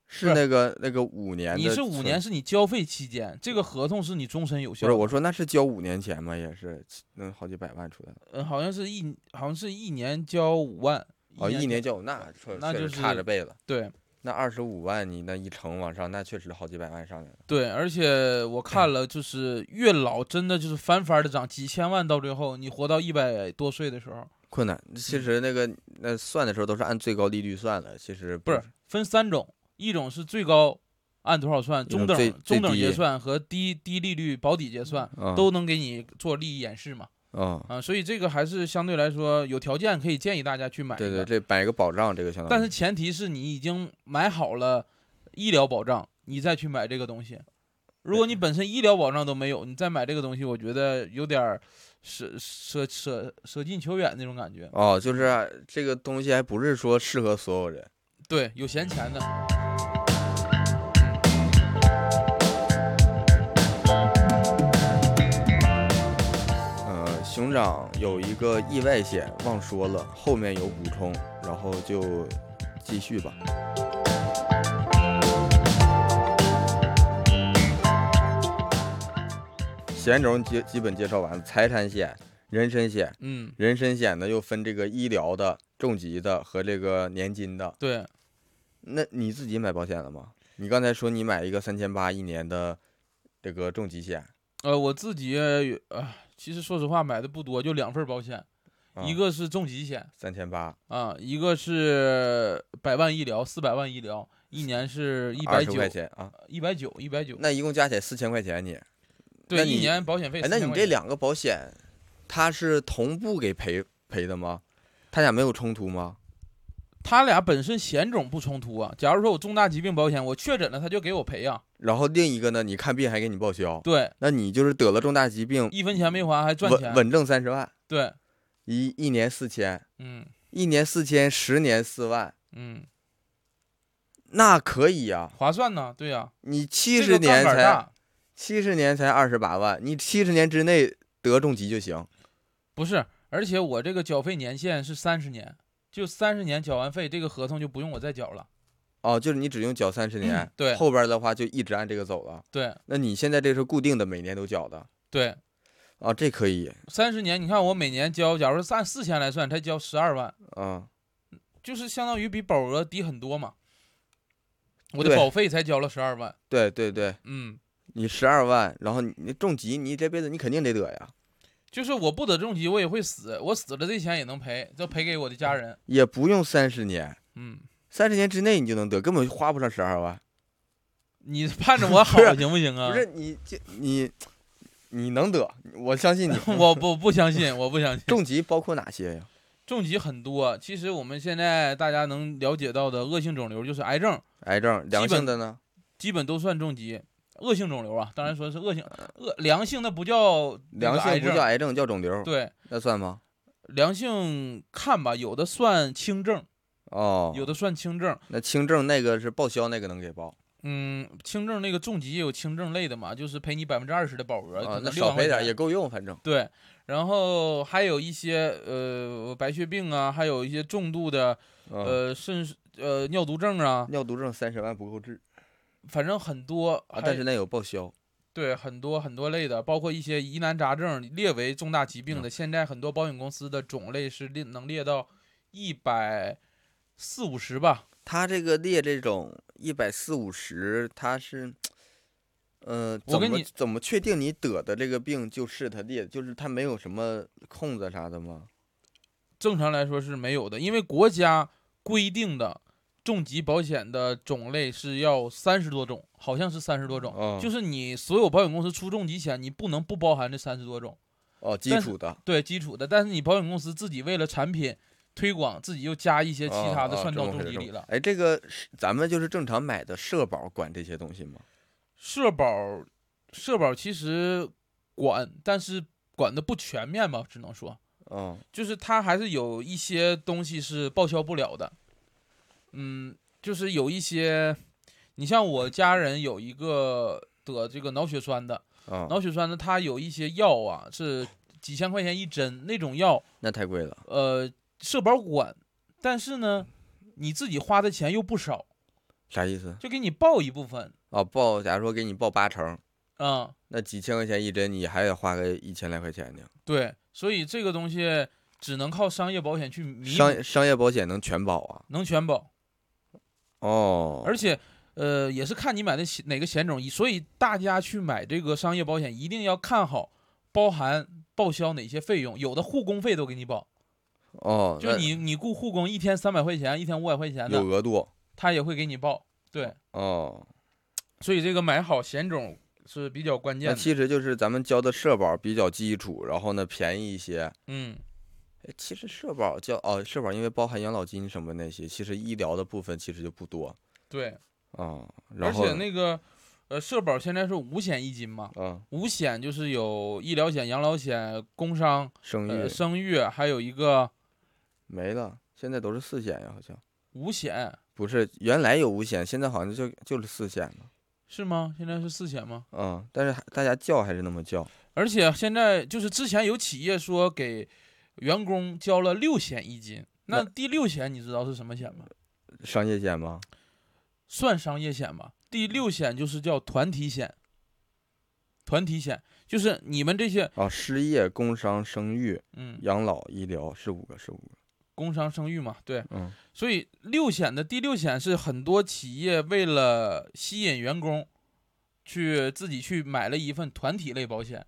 A: 是
B: 不是
A: 那个那个五年的
B: 你
A: 存，
B: 是五年是你交费期间，这个合同是你终身有效
A: 不是？
B: 的。
A: 我说那是交五年前吗？也是能好几百万出来
B: 嗯，好像是一好像是一年交五万，
A: 哦，一年
B: 交
A: 交那确
B: 那
A: 确
B: 就
A: 实差
B: 是
A: 着倍了。
B: 对
A: 那二十五万你那一乘往上，那确实好几百万上来了。
B: 对，而且我看了，就是越老真的就是翻番的涨，几千万到最后你活到一百多岁的时候，
A: 困难，其
B: 嗯
A: 实那个那算的时候都是按最高利率算的，其实
B: 不是分三种，一种是最高按多少算，
A: 一种
B: 中等
A: 最最
B: 中等结
A: 低
B: 算和低低利率保底结算，
A: 啊
B: 都能给你做利益演示嘛。
A: 啊，
B: 啊，所以这个还是相对来说有条件可以建议大家去买一
A: 对对，
B: 个，
A: 这买一个保障，这个相当于。
B: 但是前提是你已经买好了医疗保障，你再去买这个东西。如果你本身医疗保障都没有，你再买这个东西，我觉得有点儿舍舍舍舍近求远那种感觉。
A: 哦，就是这个东西还不是说适合所有人。
B: 对，有闲钱的。
A: 呃，熊掌有一个意外险忘说了，后面有补充，然后就继续吧。险种基基本介绍完，财产险、人身险，
B: 嗯，
A: 人身险呢又分这个医疗的、重疾的和这个年金的。
B: 对，
A: 那你自己买保险了吗？你刚才说你买一个三千八一年的这个重疾险，
B: 呃，我自己呃，其实说实话买的不多，就两份儿保险，
A: 啊
B: 一个是重疾险
A: 三千八，
B: 啊，一个是百万医疗，四百万医疗，一年是一百
A: 二十
B: 九，
A: 块钱啊，
B: 一百九，一百九，
A: 那一共加起来四千块钱你。那
B: 对，一
A: 你
B: 年保险费
A: 哎，
B: 4000
A: 那
B: 块钱。
A: 你这两个保险，它是同步给赔赔的吗？它俩没有冲突吗？
B: 他俩本身险种不冲突啊。假如说我重大疾病保险，我确诊了，他就给我赔啊。
A: 然后另一个呢，你看病还给你报销，
B: 对，
A: 那你就是得了重大疾病，
B: 一分钱没还还赚
A: 稳
B: 钱。
A: 稳挣三十万，
B: 对，
A: 一一年四千，
B: 嗯
A: 一年四千，十年四万，
B: 嗯，
A: 那可以啊。
B: 划算呢。对呀、啊，
A: 你七
B: 这
A: 十
B: 个杠
A: 年
B: 杆
A: 才
B: 大。
A: 七十年才二十八万，你七十年之内得重疾就行。
B: 不是，而且我这个缴费年限是三十年，就三十年缴完费，这个合同就不用我再缴了。
A: 哦，就是你只用缴三十年、
B: 嗯对
A: 后边的话就一直按这个走了。
B: 对
A: 那你现在这是固定的，每年都缴的
B: 对，
A: 啊，这可以
B: 三十年，你看我每年交，假如是按四千来算，才交十二万，
A: 啊。
B: 就是相当于比保额低很多嘛。我的
A: 对
B: 保费才交了十二万，
A: 对对对，
B: 嗯，
A: 你十二万，然后你你重疾，你这辈子你肯定得得呀，
B: 就是我不得重疾，我也会死，我死了这钱也能赔，这赔给我的家人。
A: 也不用三十年，
B: 嗯，
A: 三十年之内你就能得，根本花不上十二万。 <laughs>
B: 你盼着我好行不行啊？
A: 不是你这你你能得，我相
B: <laughs>
A: 信你。
B: 我不不相信，我不相信。
A: 重疾包括哪些呀？
B: 重疾很多，其实我们现在大家能了解到的恶性肿瘤就是癌症，
A: 癌症、良性的呢？
B: 基本都算重疾。恶性肿瘤啊，当然说是恶性，恶良性那不叫那
A: 良
B: 个癌
A: 性不
B: 症，
A: 叫癌症，叫肿瘤，
B: 对，
A: 那算吗？
B: 良性看吧，有的算轻症，
A: 哦，
B: 有的算轻症。
A: 那轻症那个是报销，那个能给报
B: 嗯，轻症那个重疾也有轻症类的嘛，就是赔你百分之二十的保额，
A: 啊
B: 呃可，
A: 那
B: 能六
A: 少
B: 万
A: 赔
B: 块
A: 点
B: 钱
A: 儿也够用，反正。
B: 对，然后还有一些呃白血病啊，还有一些重度的
A: 嗯，
B: 呃肾呃尿毒症啊，
A: 尿毒症三十万不够治
B: 反正很多，
A: 啊，
B: 还
A: 但是那有报销。
B: 对很多很多类的，包括一些疑难杂症列为重大疾
A: 嗯
B: 病的，现在很多保险公司的种类是列能列到一百四五十吧，
A: 他这个列这种一百四五十，他是，呃，
B: 我
A: 怎
B: 跟
A: 么
B: 你
A: 怎么确定你得的这个病就是他列的，就是他没有什么空子啥的吗？
B: 正常来说是没有的，因为国家规定的重疾保险的种类是要三十多种，好像是三十多种，
A: 哦
B: 就是你所有保险公司出重疾险，你不能不包含这三十多种，
A: 哦，基
B: 但是
A: 础的
B: 对基础的。但是你保险公司自己为了产品推广，自己又加一些其他的
A: 哦哦
B: 算到
A: 这么
B: 重
A: 回事
B: 疾
A: 这么
B: 里了。
A: 哎，这个是咱们就是正常买的社保管这些东西吗？
B: 社保，社保其实管，但是管的不全面吧，只能说，
A: 嗯，
B: 就是它还是有一些东西是报销不了的。嗯，就是有一些，你像我家人有一个得这个脑血栓的，
A: 嗯，
B: 脑血栓的它有一些药啊是几千块钱一针那种药，
A: 那太贵了。
B: 呃，社保管，但是呢，
A: 嗯
B: 你自己花的钱又不少，
A: 啥意思？
B: 就给你报一部分
A: 啊，报假如说给你报八成，
B: 啊、
A: 那几千块钱一针，你还得花个一千来块钱呢。
B: 对，所以这个东西只能靠商业保险去弥补，
A: 商商业保险能全保啊？
B: 能全保，
A: 哦，
B: 而且呃也是看你买的险哪个险种，所以大家去买这个商业保险一定要看好包含报销哪些费用，有的护工费都给你保，
A: 哦，
B: 就
A: 那
B: 你你雇护工一天三百块钱，一天五百块钱
A: 有
B: 的，
A: 额度
B: 他也会给你报，对，
A: 哦。
B: 所以这个买好险种是比较关键
A: 那
B: 的，
A: 其实就是咱们交的社保比较基础，然后呢便宜一些。
B: 嗯，
A: 哎，其实社保交哦，社保因为包含养老金什么那些，其实医疗的部分其实就不多
B: 对，
A: 啊、
B: 而
A: 然后
B: 且那个呃社保现在是五险一金嘛。
A: 嗯，
B: 五险就是有医疗险、养老险、工伤、
A: 生育、
B: 呃，生育，还有一个
A: 没了，现在都是四险呀，好像
B: 五险
A: 不是原来有五险，现在好像就就是四险了。
B: 是吗？现在是四险吗？
A: 嗯，但是还大家叫还是那么叫。
B: 而且现在就是之前有企业说给员工交了六险一金，那
A: 那
B: 第六险你知道是什么险吗？
A: 商业险吗？
B: 算商业险吧。第六险就是叫团体险，团体险就是你们这些
A: 啊，失业、工伤、生育、
B: 嗯
A: 养老、医疗是五个，是五个。
B: 工伤生育嘛，对，
A: 嗯，
B: 所以六险的第六险是很多企业为了吸引员工，去自己去买了一份团体类保险。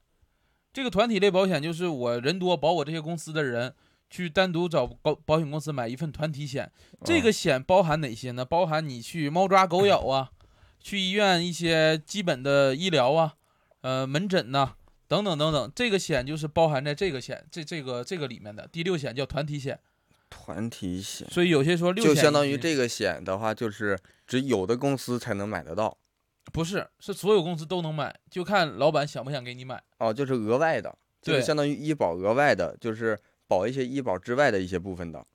B: 这个团体类保险就是我人多保我这些公司的人，去单独找保保险公司买一份团体险。这
A: 嗯
B: 个险包含哪些呢？包含你去猫抓狗咬啊，去医院一些基本的医疗啊，呃，门诊呐、等等等等。这个险就是包含在这个险这这个这个里面的。第六险叫团体险，
A: 团体险
B: 所以有些说六
A: 就
B: 险
A: 相
B: 一
A: 当于
B: 金
A: 这个险的话，就是只有的公司才能买得到。
B: 不是，是所有公司都能买，就看老板想不想给你买。
A: 哦，就是额外的，就是
B: 对
A: 相当于医保额外的，就是保一些医保之外的一些部分的。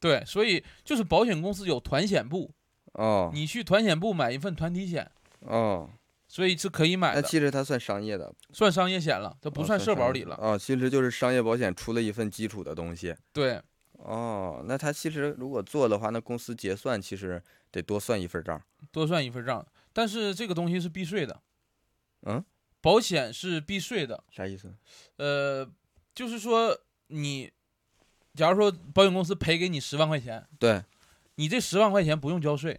B: 对，所以就是保险公司有团险部，
A: 哦，
B: 你去团险部买一份团体险，
A: 哦，
B: 所以是可以买
A: 那
B: 的，
A: 其实它算商业的，
B: 算商业险了，它不
A: 哦
B: 算社
A: 商
B: 保
A: 业
B: 里
A: 的
B: 了。
A: 哦，其实就是商业保险出了一份基础的东西。
B: 对，
A: 哦，那他其实如果做的话，那公司结算其实得多算一份账。
B: 多算一份账，但是这个东西是避税的。
A: 嗯，
B: 保险是避税的，
A: 啥意思？
B: 呃，就是说你，假如说保险公司赔给你十万块钱，
A: 对，
B: 你这十万块钱不用交税，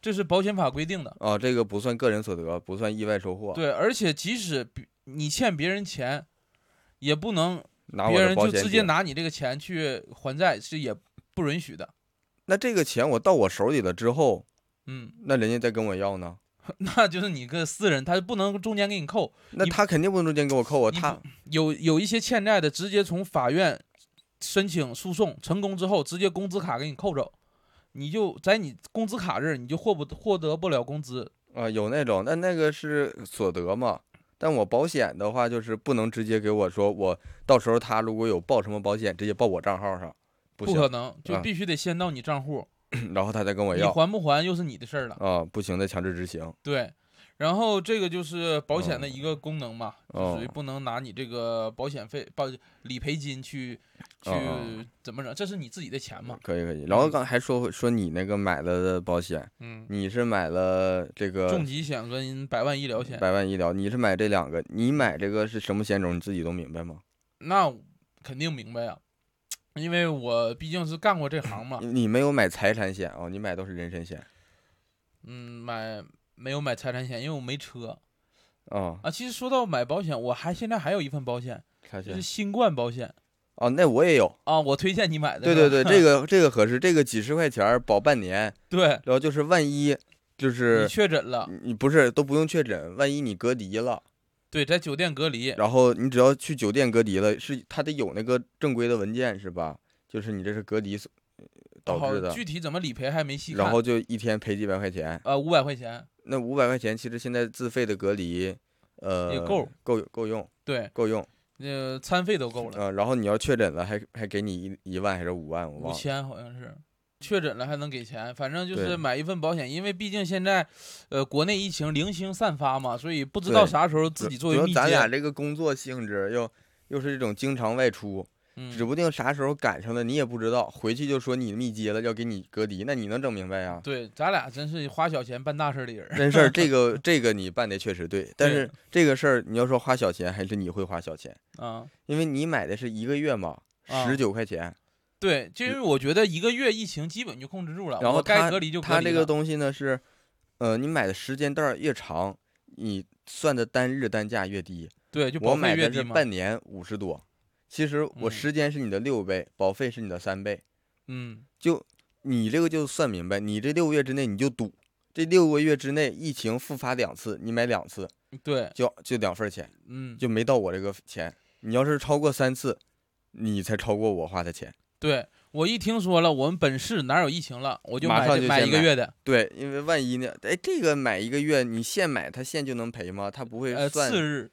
B: 这是保险法规定的。
A: 哦，这个不算个人所得，不算意外收获，
B: 对，而且即使比你欠别人钱，也不能
A: 拿我
B: 别
A: 的
B: 人
A: 保
B: 就
A: 险
B: 直接
A: 抵。
B: 拿你这个钱去还债，是也不允许的。
A: 那这个钱我到我手里了之后，
B: 嗯， <laughs>
A: 那人家再跟我要呢？
B: 那就是你个私人，他不能中间给你扣。
A: 那
B: 你
A: 他肯定不能中间给我扣啊，
B: 你
A: 他
B: 有有一些欠债的，直接从法院申请诉讼成功之后，直接工资卡给你扣走，你就在你工资卡这儿你就获不获得不了工资。
A: 啊、有那种，但那个是所得嘛。但我保险的话，就是不能直接给我说，我到时候他如果有报什么保险，直接报我账号上，不
B: 不
A: 行。
B: 可能，就
A: 啊
B: 必须得先到你账户，
A: 然后他再跟我
B: 你
A: 要啊、
B: 还不还又是你的事儿了。
A: 不行的强制执行。
B: 对，然后这个就是保险的一个功能嘛，就属于
A: 哦
B: 不能拿你这个保险费、保理赔金去
A: 哦哦
B: 去怎么整，这是你自己的钱嘛。
A: 可以可以。然后刚还说说你那个买了的保险，
B: 嗯，
A: 你是买了这个
B: 重疾险跟百万医疗险，
A: 呃百万医疗，你是买这两个，你买这个是什么险种，你自己都明白吗？
B: 那肯定明白呀、因为我毕竟是干过这行嘛
A: 你。你没有买财产险哦，你买都是人身险
B: 嗯，买没有买财产险，因为我没车
A: 哦，
B: 啊。其实说到买保险，我还现在还有一份保险，
A: 财
B: 就
A: 险
B: 是新冠保险
A: 哦，那我也有。
B: 啊，我推荐你买的。
A: 对
B: 是吧
A: 对对，这个这个合适，这个几十块钱儿保半年，
B: 对，
A: 然后就是万一就是
B: 你确诊了，
A: 你你不是都不用确诊，万一你隔离了，
B: 对，在酒店隔离，
A: 然后你只要去酒店隔离了，是他得有那个正规的文件是吧？就是你这是隔离所导
B: 好
A: 致的，
B: 具体怎么理赔还没细看。
A: 然后就一天赔几百块钱，
B: 呃，五百块钱，
A: 那五百块钱其实现在自费的隔离，呃，
B: 也够
A: 够够用
B: 对，
A: 够用，
B: 呃，餐费都够了，
A: 呃，然后你要确诊了还还给你一一万还是五万，我
B: 五
A: 忘了，
B: 千好像是。确诊了还能给钱，反正就
A: 对
B: 是买一份保险，因为毕竟现在，呃，国内疫情零星散发嘛，所以不知道
A: 对
B: 啥时候自
A: 主
B: 己作
A: 主
B: 为
A: 要
B: 密
A: 咱俩
B: 接，
A: 这个工作性质又又是这种经常外出，指
B: 嗯，
A: 不定啥时候赶上了你也不知道，回去就说你密接了要给你隔离，那你能整明白呀？
B: 对，咱俩真是花小钱办大事儿的人儿。
A: 真
B: <laughs>
A: 事儿，这个这个你办的确实对，但
B: 对
A: 是这个事儿你要说花小钱，还是你会花小钱，
B: 啊，
A: 因为你买的是一个月嘛，
B: 啊
A: 十九块钱，
B: 对，就因为我觉得一个月疫情基本就控制住了，
A: 然后
B: 我该
A: 它
B: 隔离就隔离
A: 它这个
B: 了
A: 东西呢是，呃，你买的时间段儿越长，你算的单日单价越低。
B: 对，就保
A: 我
B: 费
A: 买
B: 越
A: 的
B: 低
A: 是
B: 嘛，
A: 半年五十多，其实我
B: 嗯
A: 时间是你的六倍，保费是你的三倍。
B: 嗯，
A: 就你这个就算明白，你这六个月之内你就赌，这六个月之内疫情复发两次，你买两次
B: 对，
A: 就就两份儿钱，
B: 嗯，
A: 就没到我这个钱。你要是超过三次，你才超过我花的钱。
B: 对我一听说了，我们本市哪有疫情了，我就
A: 马
B: 买
A: 上
B: 这
A: 就
B: 买
A: 先
B: 一个
A: 买
B: 月的，
A: 对，因为万一呢？哎，这个买一个月，你现买它现就能赔吗？它不会
B: 呃，
A: 算
B: 次日，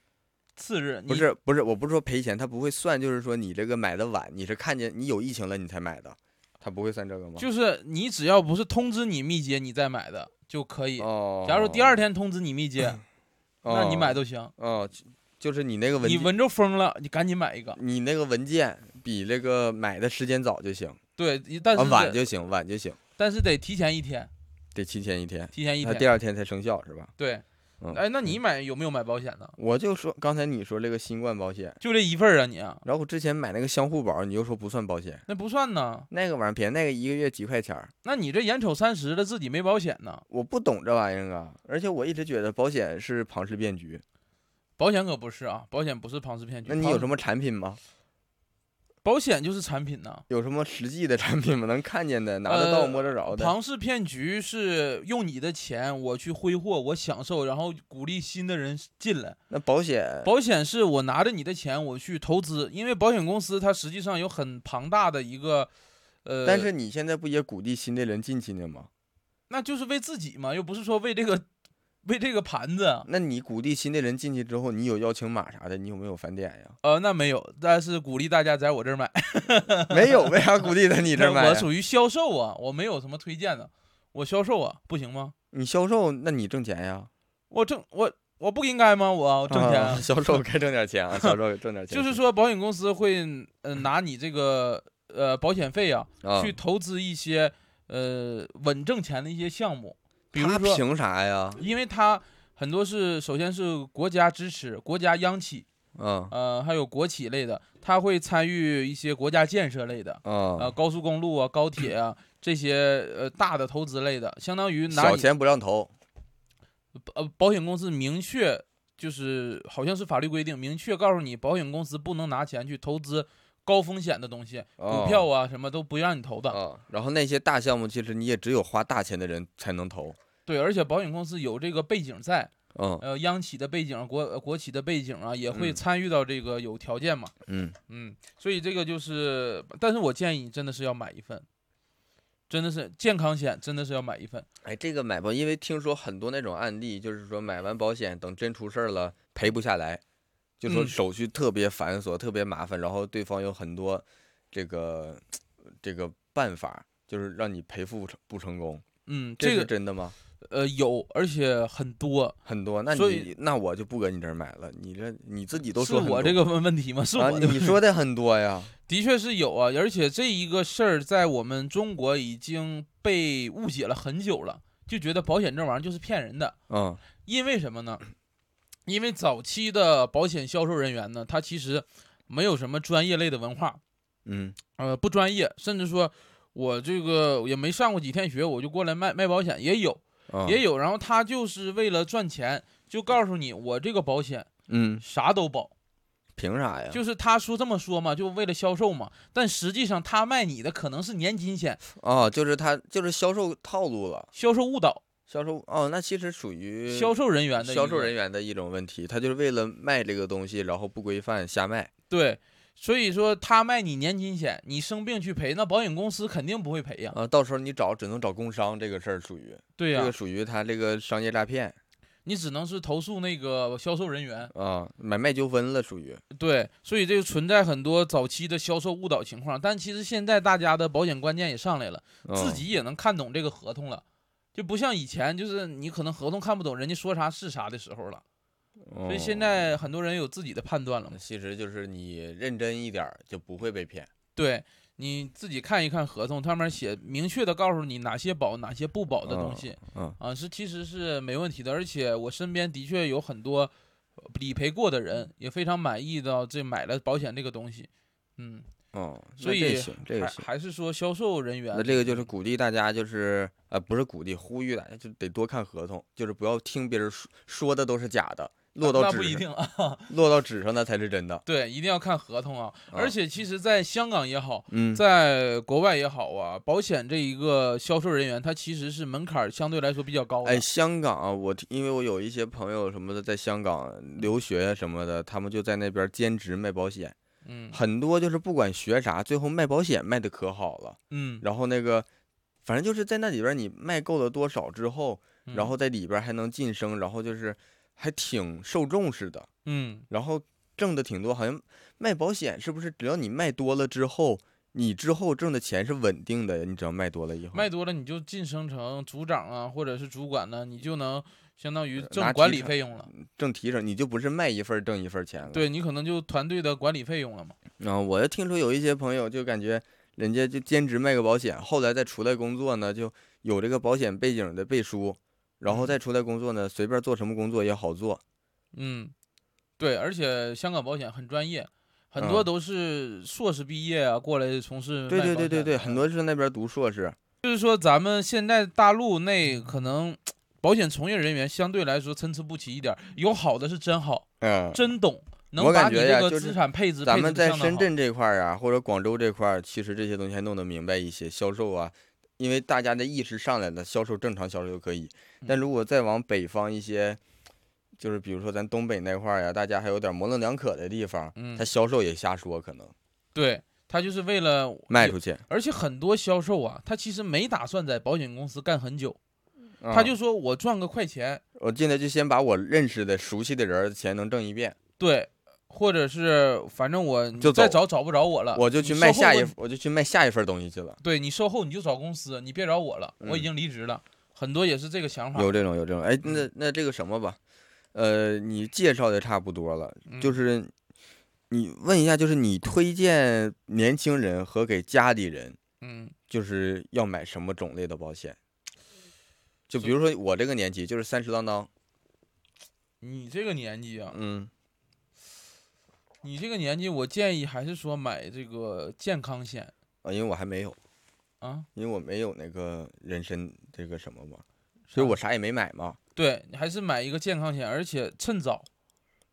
B: 次日，
A: 不
B: 你
A: 是不是，我不是说赔钱，他不会算，就是说你这个买的晚，你是看见你有疫情了你才买的，他不会算这个吗？
B: 就是你只要不是通知你密接，你再买的就可以。
A: 哦，
B: 假如第二，天通知你密接，
A: 哦、
B: 那你买都行。
A: 哦，就就是你那个文
B: 你
A: 件，
B: 闻着风了，你赶紧买一个。
A: 你那个文件比这个买的时间早就行，
B: 对，但
A: 啊
B: 是
A: 晚
B: 得
A: 就行，晚就行，
B: 但是得提前一天，
A: 得提前一天，
B: 提前一
A: 他
B: 天。
A: 啊第二天才生效是吧？
B: 对，
A: 嗯
B: 哎，那你买有没有买保险呢？
A: 我就说刚才你说这个新冠保险，
B: 就这一份儿啊，你啊，
A: 然后我之前买那个相互保，你又说不算保险，
B: 那不算呢。
A: 那个玩意儿便宜，那个一个月几块钱儿，
B: 那你这眼瞅三十了，自己没保险呢？
A: 我不懂这玩意儿啊，而且我一直觉得保险是庞氏骗局，
B: 保险可不是啊，保险不是庞氏骗局。
A: 那你有什
B: 么？
A: 么产品吗？
B: 保险就是产品呐、
A: 有什么实际的产品吗？能看见的、拿得到、
B: 呃
A: 摸得着的？
B: 庞氏骗局是用你的钱我去挥霍，我享受，然后鼓励新的人进来。
A: 那保险
B: 保险是我拿着你的钱我去投资，因为保险公司它实际上有很庞大的一个，呃，
A: 但是你现在不也鼓励新的人进去呢吗？
B: 那就是为自己嘛，又不是说为这个为这个盘子啊，
A: 那你鼓励新的人进去之后，你有邀请码啥的，你有没有返点呀？ <laughs>
B: 呃，那没有，但是鼓励大家在我这儿买，
A: 没有，为啥鼓励在你
B: <laughs>
A: 这儿买
B: 我
A: 呀？
B: 属于销售啊，我没有什么推荐的，我销售啊，不行吗？
A: 你销售，那你挣钱呀？
B: 我挣我我不应该吗？我挣钱啊、
A: 啊 <laughs> 销
B: <laughs>
A: 售该挣点钱啊，销售挣点钱。
B: 就是说保险公司会呃拿你这个呃保险费啊，
A: 啊
B: 去投资一些呃稳挣钱的一些项目，比如
A: 他
B: 说，
A: 凭啥呀？
B: 因为它很多是首先是国家支持，国家央企，
A: 嗯
B: 呃，还有国企类的，它会参与一些国家建设类的，呃，
A: 嗯，
B: 高速公路啊、高铁啊这些呃大的投资类的，相当于拿
A: 小
B: 你
A: 钱不让投。
B: 呃保险公司明确就是好像是法律规定明确告诉你，保险公司不能拿钱去投资高风险的东西，
A: 哦
B: 股票啊啊什么都不让你投的。
A: 嗯啊，然后那些大项目，其实你也只有花大钱的人才能投，
B: 对，而且保险公司有这个背景在，
A: 嗯
B: 呃，央企的背景、国呃国企的背景啊，也会
A: 嗯
B: 参与到这个有条件嘛，
A: 嗯，
B: 嗯，所以这个就是，但是我建议你真的是要买一份，真的是健康险，真的是要买一份。
A: 哎，这个买保，因为听说很多那种案例，就是说买完保险，等真出事儿了赔不下来，就说
B: 嗯
A: 手续特别繁琐，特别麻烦，然后对方有很多这个这个办法，就是让你赔付不成功，
B: 嗯，
A: 这
B: 这
A: 是
B: 个
A: 真的吗？
B: 呃有，而且很多，
A: 很多，那
B: 所
A: 你
B: 以
A: 那我就不搁你这儿买了，你这你自己都
B: 是
A: 说很
B: 我这
A: 多
B: 个问问题吗？是
A: 啊，
B: 我的问
A: 你
B: 题
A: 说的很多呀，
B: 的确是有啊，而且这一个事儿在我们中国已经被误解了很久了，就觉得保险这玩意儿就是骗人的。
A: 嗯
B: 因为什么呢？因为早期的保险销售人员呢，他其实没有什么专业类的文化，
A: 嗯
B: 呃，不专业，甚至说我这个也没上过几天学，我就过来卖卖保险也有
A: 嗯，
B: 也有，然后他就是为了赚钱，就告诉你我这个保险
A: 嗯，
B: 啥都保。
A: 凭啥哎呀？
B: 就是他说这么说嘛，就为了销售嘛。但实际上他卖你的可能是年金险，
A: 哦，就是他就是销售套路了，
B: 销售误导，
A: 销售哦，那其实属于
B: 销售人员的
A: 销售人
B: 员
A: 员的一种问题，他就是为了卖这个东西，然后不规范瞎卖。
B: 对。所以说他卖你年金险，你生病去赔，那保险公司肯定不会赔呀。
A: 啊，到时候你找只能找工伤，这个事儿属于、
B: 对啊呀、
A: 这个属于他这个商业诈骗
B: 你只能是投诉那个销售人员。
A: 啊，买卖纠纷了属于。
B: 对，所以这个存在很多早期的销售误导情况。但其实现在大家的保险观念也上来了，自
A: 嗯
B: 己也能看懂这个合同了，就不像以前就是你可能合同看不懂，人家说啥是啥的时候了。所以现
A: 嗯
B: 在很多人有自己的判断了嘛。
A: 其实就是你认真一点儿就不会被骗。
B: 对，你自己看一看合同，上面写明确的告诉你哪些保哪些不保的东
A: 嗯
B: 西，
A: 嗯
B: 啊，是其实是没问题的。而且我身边的确有很多呃理赔过的人，也非常满意到这买了保险这个东西，嗯，
A: 嗯，那
B: 所
A: 这
B: 以
A: 个行，这个
B: 还
A: 行。
B: 还是说销售人员，
A: 那这个就是鼓励大家，就是呃，不是鼓励，呼吁大家就得多看合同，就是不要听别人说说的都是假的，落
B: 那
A: 到
B: 不
A: 纸
B: 一
A: 上
B: 定啊，
A: 落到纸上那才是真的。
B: 对，一定要看合同啊。而
A: 啊
B: 且其实，在香港也好，
A: 嗯，
B: 在国外也好啊，保险这一个销售人员，他其实是门槛儿相对来说比较高的。
A: 哎，香港啊，我听因为我有一些朋友什么的在香港留学呀什么的，他们就在那边兼职卖保险，
B: 嗯
A: 很多就是不管学啥，最后卖保险卖的可好了。
B: 嗯，
A: 然后那个，反正就是在那里边你卖够了多少之后，
B: 嗯
A: 然后在里边还能晋升，然后就是还挺受重视的，
B: 嗯
A: 然后挣的挺多。好像卖保险是不是只要你卖多了之后，你之后挣的钱是稳定的呀？你只要卖多了以后，
B: 卖多了你就晋升成组长啊，或者是主管呢，你就能相当于
A: 呃拿
B: 挣
A: 提
B: 管理
A: 成嗯
B: 费用了。
A: 挣提成，你就不是卖一份儿挣一份儿钱了。
B: 对你可能就团队的管理费用了嘛。
A: 啊，我就听说有一些朋友就感觉人家就兼职卖个保险，后来再出来工作呢，就有这个保险背景的背书，然后再出来工作呢，随便做什么工作也好做。
B: 嗯，对，而且香港保险很专业，很多
A: 嗯
B: 都是硕士毕业啊过来从事。
A: 对对对对对，很。多是那边读硕士，
B: 就是说，咱们现在大陆内可能保险从业人员相对来说参差不齐一点儿，有好的是真好，
A: 嗯，
B: 真懂，能
A: 我
B: 把
A: 感
B: 你
A: 觉
B: 这
A: 呀
B: 个
A: 就
B: 资
A: 是
B: 产配置
A: 咱
B: 配
A: 们
B: 置得
A: 在
B: 相当
A: 深
B: 好。
A: 圳这块儿啊，或者广州这块儿，其实这些东西还弄得明白一些，销售啊，因为大家的意识上来了，销售正常销售就可以。
B: 嗯
A: 但如果再往北方一些，就是比如说咱东北那块儿呀，大家还有点模棱两可的地方，
B: 嗯
A: 他销售也瞎说，可能
B: 对他就是为了
A: 卖出去，
B: 而且很多销售啊，他其实没打算在保险公司干很久，
A: 啊
B: 他就说我赚个快钱，
A: 我进来就先把我认识的、熟悉的人儿的钱能挣一遍，
B: 对，或者是反正我你
A: 就
B: 再
A: 走
B: 找找不着我了，
A: 我就
B: 呃你
A: 去
B: 售
A: 卖
B: 后
A: 下
B: 问
A: 一，我就去卖下一份东西去了。
B: 对你售后你就找公司，你别找我了，我已
A: 嗯
B: 经离职了，很多也是这个想法。
A: 有这种，有这种。哎，那
B: 嗯
A: 那这个什么吧，呃，你介绍的差不多了，就
B: 嗯
A: 是你问一下，就是你推荐年轻人和给家里人，
B: 嗯
A: 就是要买什么种类的保险？就比
B: 就
A: 如说我这个年纪，就是三十当当，
B: 你这个年纪啊，
A: 嗯，
B: 你这个年纪，我建议还是说买这个健康险
A: 啊，因为我还没有，
B: 啊，
A: 因为我没有那个人身这个什么嘛，所以
B: 啊
A: 我啥也没买嘛，
B: 对，你还是买一个健康险，而且趁早，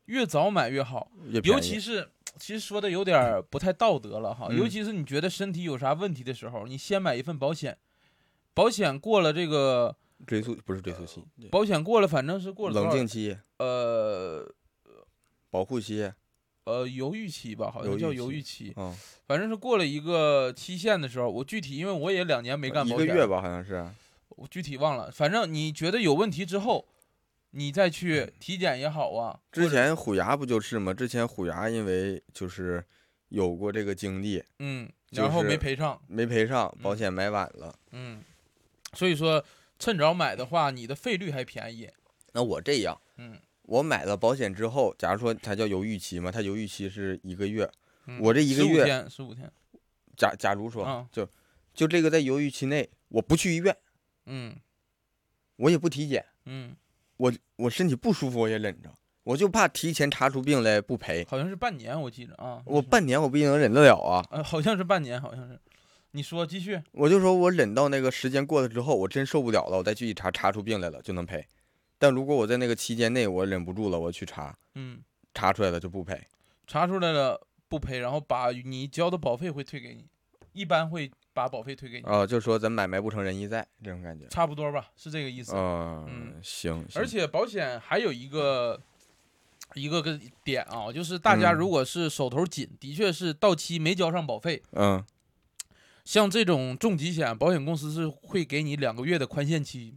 B: 越早买越好。
A: 也
B: 尤
A: 便
B: 其
A: 宜
B: 是，其实说的有点儿不太道德了哈。
A: 嗯
B: 尤其是你觉得身体有啥问题的时候，你先买一份保险，保险过了这个
A: 追溯不是追溯期，对
B: 保险过了，反正是呃过了多
A: 冷
B: 少
A: 静期、
B: 呃
A: 保护期，
B: 呃犹豫期吧，好像
A: 犹
B: 叫
A: 豫
B: 犹
A: 期
B: 豫期，
A: 嗯，
B: 反正是过了一个期限的时候，我具体因为我也两年没干
A: 呃一
B: 保
A: 个
B: 险，
A: 月吧，好像是。
B: 我具体忘了，反正你觉得有问题之后，你再
A: 嗯
B: 去体检也好啊，
A: 之前虎牙不就是吗？之前虎牙因为就是有过这个经历，
B: 嗯，
A: 就
B: 然后没
A: 是
B: 赔上，
A: 没赔上，保
B: 嗯
A: 险买晚了。
B: 嗯，所以说趁早买的话，你的费率还便宜，
A: 那我这样，
B: 嗯
A: 我买了保险之后，假如说它叫犹豫期嘛，它犹豫期是一个月。
B: 嗯
A: 我这一个
B: 15
A: 月
B: 天十五天，
A: 假假如说，
B: 啊
A: 就就这个在犹豫期内，我不去医院，
B: 嗯
A: 我也不体检，
B: 嗯，
A: 我我身体不舒服我也忍着，我就怕提前查出病来不赔。
B: 好像是半年，我记着啊，
A: 我
B: 是
A: 半年我不一定能忍得了啊！
B: 呃好像是半年，好像是，你说继续，
A: 我就说我忍到那个时间过了之后，我真受不了了，我再去一查，查出病来了就能赔。但如果我在那个期间内我忍不住了，我去查，
B: 嗯，
A: 查出来了就不赔。
B: 查出来了不赔，然后把你交的保费会退给你，一般会把保费退给你，
A: 啊、就说咱买卖不成仁义在这种感觉。
B: 差不多吧，是这个意思。
A: 嗯
B: 嗯，
A: 行。
B: 而
A: 行
B: 且保险还有一个一个个点啊，就是大家
A: 嗯
B: 如果是手头紧，的确是到期没交上保费，
A: 嗯，
B: 像这种重疾险，保险公司是会给你两个月的宽限期，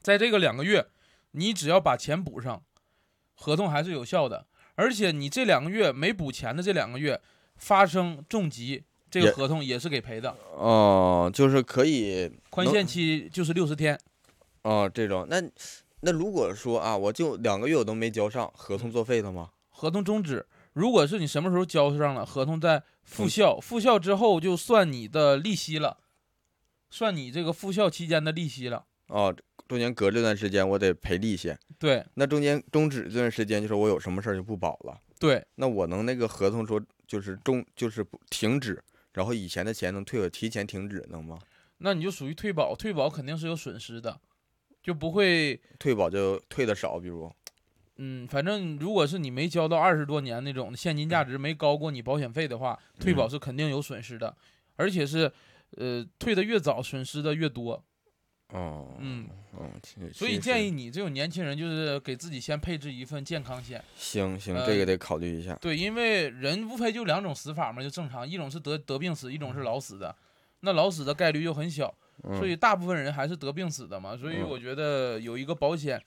B: 在这个两个月，你只要把钱补上，合同还是有效的。而且你这两个月没补钱的这两个月发生重疾，这
A: 也
B: 个合同也是给赔的，
A: 哦，就是可以
B: 宽
A: 能
B: 限期就是六十天。
A: 哦，这种那那如果说啊，我就两个月我都没交上，合同作废了吗？
B: 合同终止。如果是你什么时候交上了，合同在复
A: 嗯
B: 效，复效之后就算你的利息了，算你这个复效期间的利息了。
A: 哦，中间隔这段时间我得赔利息，
B: 对
A: 那中间终止这段时间就是我有什么事儿就不保了。
B: 对，
A: 那我能那个合同说就是终就是不停止，然后以前的钱能退我提前停止能吗？
B: 那你就属于退保，退保肯定是有损失的，就不会，
A: 退保就退的少，比如
B: 嗯，反正如果是你没交到二十多年那种现金价值没高过你保险费的话，退保
A: 嗯
B: 是肯定有损失的，而且是，呃，退的越早损失的越多，
A: 哦，
B: 嗯，
A: 哦，其实
B: 所以建议
A: 是
B: 你这种年轻人就是给自己先配置一份健康险。
A: 行行，
B: 呃
A: 这个得考虑一下。
B: 对，因为人无非就两种死法嘛，就正常，一种是得得病死，一种
A: 嗯
B: 是老死的。那老死的概率又很小，所以大部分人还是得病死的嘛。所以
A: 嗯
B: 我觉得有一个保险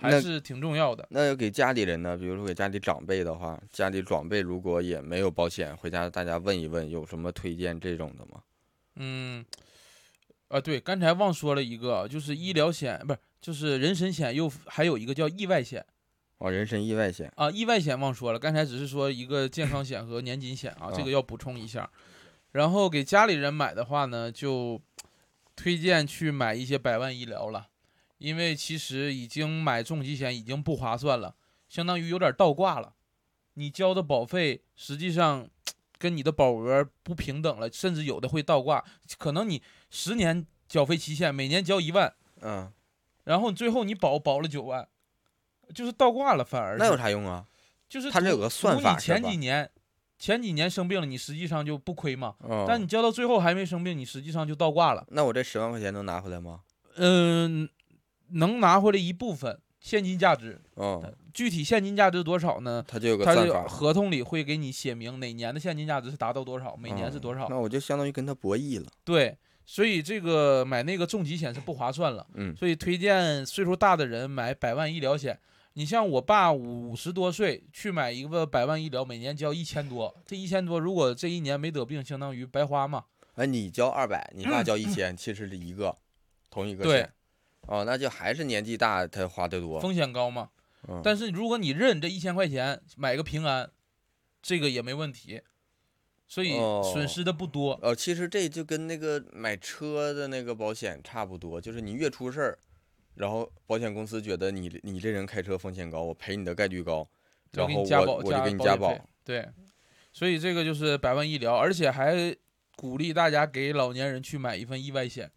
B: 还
A: 那
B: 是挺重要的。
A: 那要给家里人呢，比如说给家里长辈的话，家里长辈如果也没有保险，回家大家问一问有什么推荐这种的吗？
B: 嗯，啊，对，刚才忘说了一个，啊就是医疗险，不是，就是人身险，又还有一个叫意外险
A: 哦，人身意外险，
B: 啊。意外险忘说了，刚才只是说一个健康险和年金险啊，这
A: 啊
B: 个要补充一下。然后给家里人买的话呢，就推荐去买一些百万医疗了，因为其实已经买重疾险已经不划算了，相当于有点倒挂了。你交的保费实际上跟你的保额不平等了，甚至有的会倒挂。可能你十年缴费期限，每年交一万，
A: 嗯，
B: 然后最后你保保了九万，就是倒挂了，反而
A: 那有
B: 是
A: 啥用啊？
B: 就是
A: 它这
B: 图
A: 有个
B: 图
A: 算法
B: 你
A: 是
B: 前
A: 吧
B: 几年前几年生病了，你实际上就不亏嘛。
A: 哦
B: 但你交到最后还没生病，你实际上就倒挂了。
A: 那我这十万块钱能拿回来吗？
B: 嗯，能拿回来一部分现金价值，
A: 哦，
B: 具体现金价值多少呢？
A: 它就有个
B: 它
A: 算
B: 这
A: 法，
B: 合同里会给你写明哪年的现金价值是达到多少，每年是多少。
A: 哦那我就相当于跟他博弈了。
B: 对，所以这个买那个重疾险是不划算了。
A: 嗯
B: 所以推荐岁数大的人买百万医疗险。你像我爸五十多岁去买一个百万医疗，每年交一千多，这一千多如果这一年没得病，相当于白花嘛。
A: 哎，你交二百，你爸交一千，其实是一个，同一个
B: 嗯对
A: 钱。哦，那就还是年纪大他花的多。
B: 风险高嘛。
A: 嗯
B: 但是如果你认这一千块钱买个平安，这个也没问题，所以
A: 哦
B: 损失的不多。
A: 呃，其实这就跟那个买车的那个保险差不多，就是你越出事儿，然后保险公司觉得你你这人开车风险高，我赔你的概率高，
B: 就
A: 然
B: 给
A: 后
B: 你加
A: 我
B: 保，
A: 我就给你
B: 加
A: 加
B: 保险
A: 保
B: 费。。对，所以这个就是百万医疗，而且还鼓励大家给老年人去买一份意外险，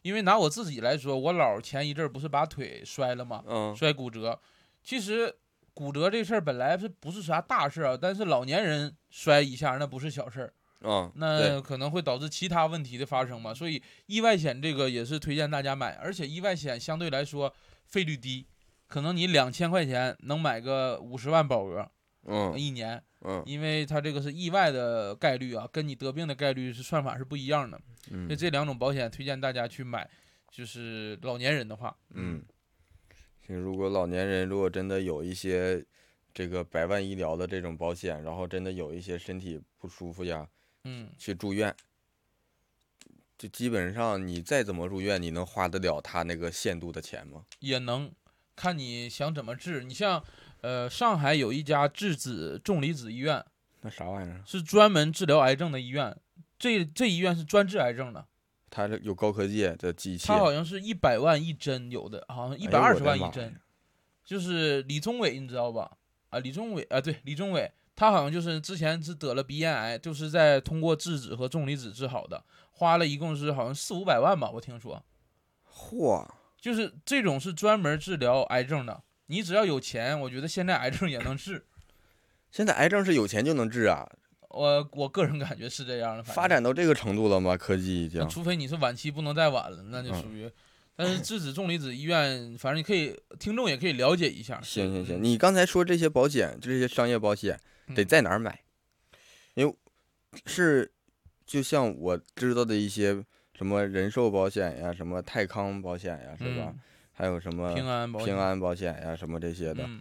B: 因为拿我自己来说，我姥儿前一阵儿不是把腿摔了吗？
A: 嗯，
B: 摔骨折，其实骨折这事儿本来是不是啥大事儿啊？但是老年人摔一下那不是小事儿，
A: 嗯，对
B: 那可能会导致其他问题的发生嘛。所以意外险这个也是推荐大家买，而且意外险相对来说费率低，可能你两千块钱能买个五十万保额
A: 嗯
B: 一年，
A: 嗯
B: 因为它这个是意外的概率啊，跟你得病的概率是算法是不一样的。所以
A: 嗯
B: 这两种保险推荐大家去买，就是老年人的话，
A: 嗯，其实如果老年人如果真的有一些这个百万医疗的这种保险，然后真的有一些身体不舒服呀，
B: 嗯，
A: 去住院，就基本上你再怎么住院，你能花得了他那个限度的钱吗？
B: 也能看你想怎么治。你像，呃，上海有一家质子重离子医院，
A: 那啥玩意儿？
B: 是专门治疗癌症的医院。这这医院是专治癌症的，
A: 他这有高科技的机器
B: 它，好像是一百万一针，有的好像一
A: 哎呦
B: 百二十
A: 我的
B: 万一
A: 妈
B: 针。
A: 呀
B: 就是李宗伟，你知道吧？啊，李宗伟啊，对，李宗伟，他好像就是之前是得了鼻咽癌，就是在通过质子和重离子治好的，花了一共是好像四五百万吧，我听说。
A: 嚯！
B: 就是这种是专门治疗癌症的，你只要有钱，我觉得现在癌症也能治。
A: 现在癌症是有钱就能治啊，
B: 我我个人感觉是这样的，反
A: 发
B: 正
A: 展到这个程度了吗？科技已经
B: 那，除非你是晚期不能再晚了，那就
A: 嗯
B: 属于。但是质子重离子医院，反正你可以，听众也可以了解一下。
A: 行行行，
B: 嗯，
A: 你刚才说这些保险，这些商业保险得
B: 嗯
A: 在哪儿买？因为是就像我知道的一些什么人寿保险呀，什么泰康保险呀，是吧？
B: 嗯
A: 还有什么
B: 平安保险
A: 平安保险呀，什么这些的，
B: 嗯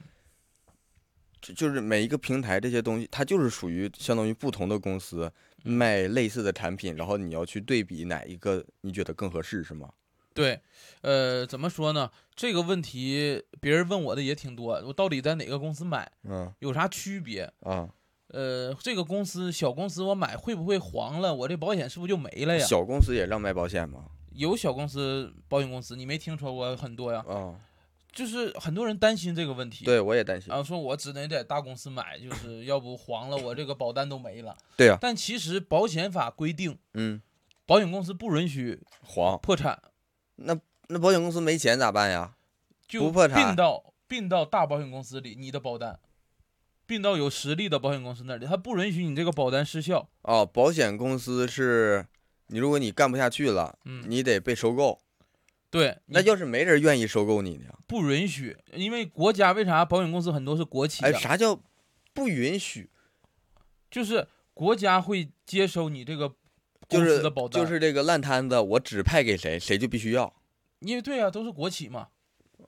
A: 就就是每一个平台这些东西，它就是属于相当于不同的公司
B: 嗯
A: 卖类似的产品，然后你要去对比哪一个你觉得更合适，是吗？
B: 对，呃，怎么说呢？这个问题别人问我的也挺多，我到底在哪个公司买，
A: 嗯
B: 有啥区别？
A: 啊，
B: 呃，这个公司小公司我买会不会黄了？我这保险是不是就没哎了呀？
A: 小公司也让卖保险吗？
B: 有小公司保险公司，你没听说过很多呀？
A: 啊，
B: 就是很多人担心这个问题。
A: 对我也担心。
B: 啊，说我只能在大公司买，就是要不黄了，我这个保单都没了。
A: 对啊，
B: 但其实保险法规定，
A: 嗯，
B: 保险公司不允许
A: 黄，
B: 破产，
A: 那那保险公司没钱咋办呀？
B: 就
A: 不破产
B: 并到并到大保险公司里，你的保单，并到有实力的保险公司那里，它不允许你这个保单失效。
A: 哦，保险公司是，你如果你干不下去了，
B: 嗯，
A: 你得被收购。
B: 对，
A: 那
B: 你
A: 要是没人愿意收购你呢？
B: 不允许，因为国家为啥保险公司很多是国企、啊？
A: 哎，啥叫不允许？
B: 就是国家会接收你这个
A: 就
B: 公司
A: 是
B: 的保单，
A: 就是这个烂摊子，我指派给谁，谁就必须要。
B: 因为对啊，都是国企嘛，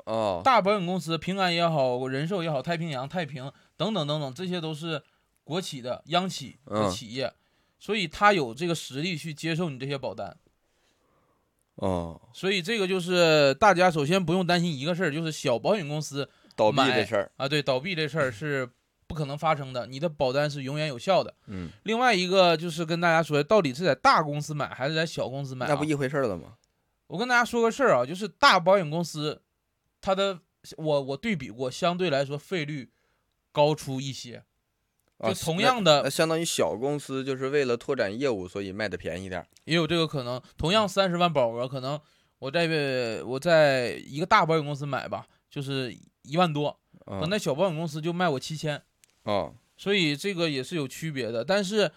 A: 哦，
B: 大保险公司，平安也好，人寿也好，太平洋、太平等等等等，这些都是国企的央企的
A: 嗯
B: 企业，所以它有这个实力去接受你这些保单。
A: 哦，
B: 所以这个就是大家首先不用担心一个事儿，就是小保险公司
A: 倒闭
B: 买
A: 这事儿，
B: 啊，对倒闭这事儿是不可能发生的，你的保单是永远有效的。
A: 嗯，
B: 另外一个就是跟大家说，到底是在大公司买还是在小公司买、啊？
A: 那不一回事儿了吗？
B: 我跟大家说个事儿啊，就是大保险公司，它的我我对比过，相对来说费率高出一些，
A: 啊
B: 就同
A: 那呃
B: 样的、
A: 那相当于小公司就是为了拓展业务，所以卖的便宜点儿。
B: 也有这个可能。同样三十万保额，可能我在我在一个大保险公司买吧，就是一万多，可能
A: 嗯
B: 那小保险公司就卖我七千，
A: 哦，
B: 所以这个也是有区别的。但是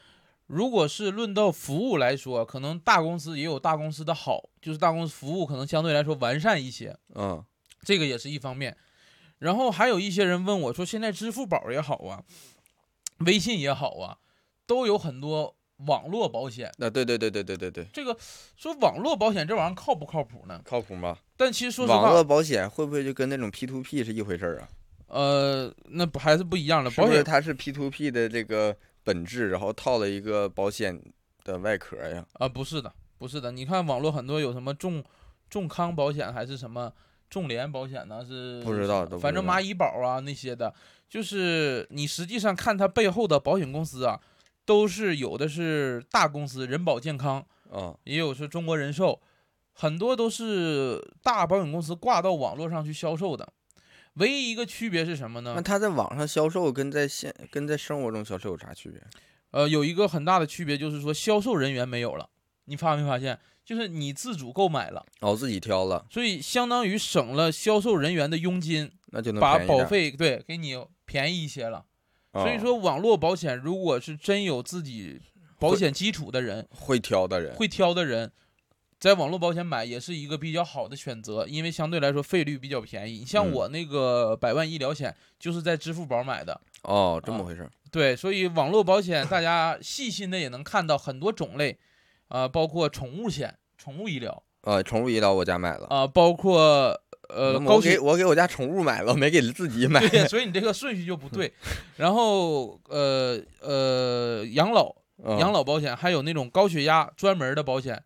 B: 如果是论到服务来说，可能大公司也有大公司的好，就是大公司服务可能相对来说完善一些。
A: 嗯
B: 这个也是一方面。然后还有一些人问我说，现在支付宝也好啊，微信也好啊，都有很多网络保险。
A: 那对对对对对对对，
B: 这个说网络保险这玩意儿靠不靠谱呢？
A: 靠谱吗？
B: 但其实说实
A: 网络
B: 话，
A: 保险会不会就跟那种 P to P 是一回事儿啊？
B: 呃，那不还是不一样的。
A: 是
B: 保
A: 不是
B: 险
A: 它是 P to P 的这个本质，然后套了一个保险的外壳呀？
B: 啊、不是的，不是的。你看网络很多有什么众众康保险还是什么众联保险呢？是
A: 不知道都不
B: 嗯反正
A: 知道
B: 蚂蚁保啊那些的，就是你实际上看它背后的保险公司啊，都是有的是大公司，人保健康，
A: 啊，
B: 也有是中国人寿，很多都是大保险公司挂到网络上去销售的。唯一一个区别是什么
A: 那
B: 呢？
A: 它在网上销售跟在现跟在生活中销售有啥区别？
B: 呃，有一个很大的区别就是说，销售人员没有了。你发没发现？就是你自主购买了，
A: 哦，自己挑了，
B: 所以相当于省了销售人员的佣金，
A: 那就能
B: 把
A: 便宜
B: 保
A: 点儿。
B: 费对给你便宜一些了。
A: 哦
B: 所以，说，网络保险如果是真有自己保险基础的人，
A: 会挑的人，
B: 会挑的人，在网络保险买也是一个比较好的选择，因为相对来说费率比较便宜。你像
A: 嗯
B: 我那个百万医疗险就是在支付宝买的，
A: 哦，这
B: 啊
A: 么回事儿。
B: 对，所以网络保险大家细心的也能看到很多种类，啊、包括宠物险、宠物医疗
A: 呃，宠物医疗我家买了，
B: 啊、包括呃
A: 那么
B: 高
A: 我
B: 血
A: 给我给我家宠物买了，没给自己买。<laughs>
B: <laughs> 对，所以你这个顺序就不对。
A: 嗯
B: <laughs> 然后呃呃，养老
A: 嗯
B: 养老保险，还有那种高血压专门的保险，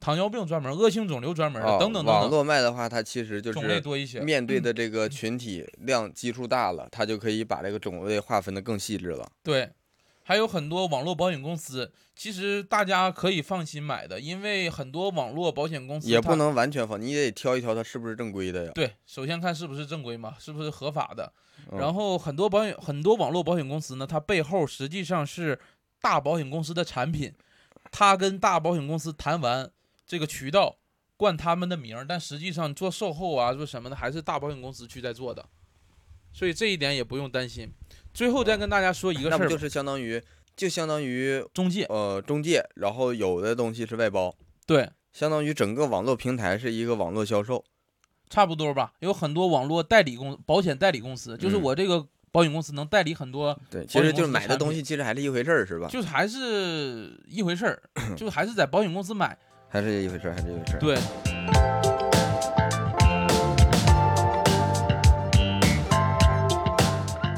B: 糖尿病专门，恶性肿瘤专门的，
A: 哦
B: 等等
A: 网
B: 等等，
A: 络卖的话，它其实就
B: 种类
A: 是
B: 多一些。嗯
A: 面对的这个群体量基数大了，它就可以把这个种类划分的更细致了。
B: 对，还有很多网络保险公司，其实大家可以放心买的，因为很多网络保险公司
A: 也
B: 它
A: 不能完全放，你得挑一挑它是不是正规的呀。
B: 对，首先看是不是正规嘛，是不是合法的。
A: 嗯
B: 然后很多保险，很多网络保险公司呢，它背后实际上是大保险公司的产品，它跟大保险公司谈完这个渠道，冠他们的名儿，但实际上做售后啊，做什么的，还是大保险公司去在做的，所以这一点也不用担心。最后再跟大家说一个事
A: 那
B: 儿
A: 不
B: 吧，
A: 就是相当于就相当于
B: 中介，
A: 呃中介，然后有的东西是外包，
B: 对，
A: 相当于整个网络平台是一个网络销售。
B: 差不多吧。有很多网络代理公保险代理公司，就是
A: 嗯
B: 我这个保险公司能代理很多
A: 对，其
B: 保
A: 实
B: 险公
A: 就是
B: 司
A: 买的
B: 产
A: 东
B: 品
A: 西其实还是一回事儿，是吧？
B: 就是还是一回
A: <clears throat>
B: 事儿，就是还是在保险公司买。
A: 还是一回事儿，还是一回事儿。
B: 对，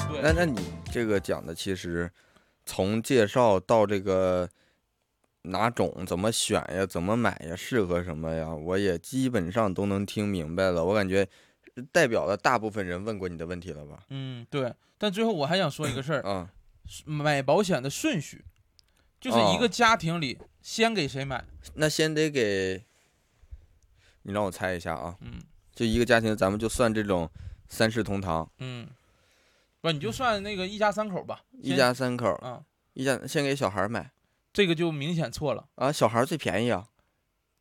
B: 对
A: 那那你这个讲的其实，从介绍到这个哪种怎么选呀，怎么买呀，适合什么呀，我也基本上都能听明白了。我感觉代表了大部分人问过你的问题了吧？
B: 嗯，对。但最后我还想说一个
A: <laughs>
B: 事儿，
A: 啊、
B: 是买保险的顺序，就是一个
A: 哦
B: 家庭里先给谁买。
A: 那先得给你让我猜一下啊，
B: 嗯
A: 就一个家庭，咱们就算这种三世同堂，
B: 嗯，不，你就算那个一家三口吧。
A: 一
B: 先
A: 家三口儿，
B: 啊，
A: 一家先给小孩儿买
B: 这个就明显错了。
A: 啊，小孩儿最便宜啊。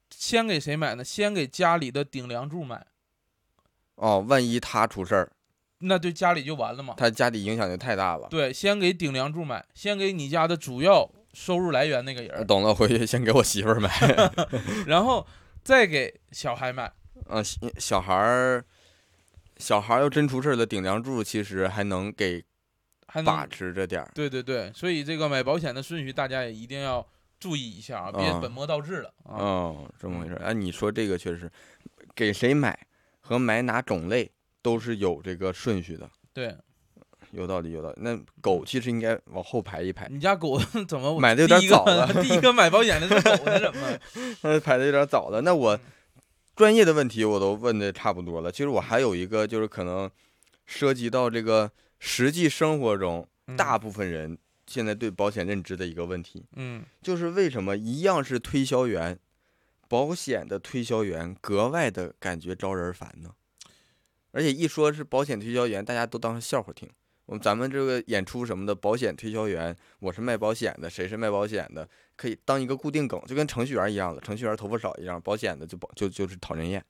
B: 先给谁买呢？先给家里的顶梁柱买，
A: 哦，万一他出事儿，
B: 那对家里就完了嘛。
A: 他家里影响就太大了。
B: 对，先给顶梁柱买，先给你家的主要收入来源那个人儿，
A: 呃懂了，回去先给我媳妇儿买。 <laughs>
B: 然后再给小孩买。
A: 啊，小小孩儿，小孩儿要真出事儿了，顶梁柱其实还能给
B: 还能
A: 把持着点儿。
B: 对对对，所以这个买保险的顺序大家也一定要注意一下啊，别
A: 啊
B: 本末倒置了啊。
A: 哦，这么回事儿。哎、你说这个确实，给谁买和买哪种类都是有这个顺序的，
B: 对
A: 有道理，有道理。那狗其实应该往后排一排，
B: 你家狗 <laughs> 怎么
A: 哎买得有
B: 第
A: 点
B: 一个
A: 早了
B: <laughs> 第一个买保险的是狗是
A: <laughs>
B: 怎么？
A: 呃，排的有点早了。那我
B: 嗯
A: 专业的问题我都问的差不多了。其实我还有一个，就是可能涉及到这个实际生活中
B: 嗯
A: 大部分人现在对保险认知的一个问题。
B: 嗯
A: 就是为什么一样是推销员，保险的推销员格外的感觉招人烦呢？而且一说是保险推销员，大家都当成笑话听。我们咱们这个演出什么的，保险推销员，我是卖保险的，谁是卖保险的，可以当一个固定梗，就跟程序员一样了。程序员头发少一样，保险的就保就就是讨人厌。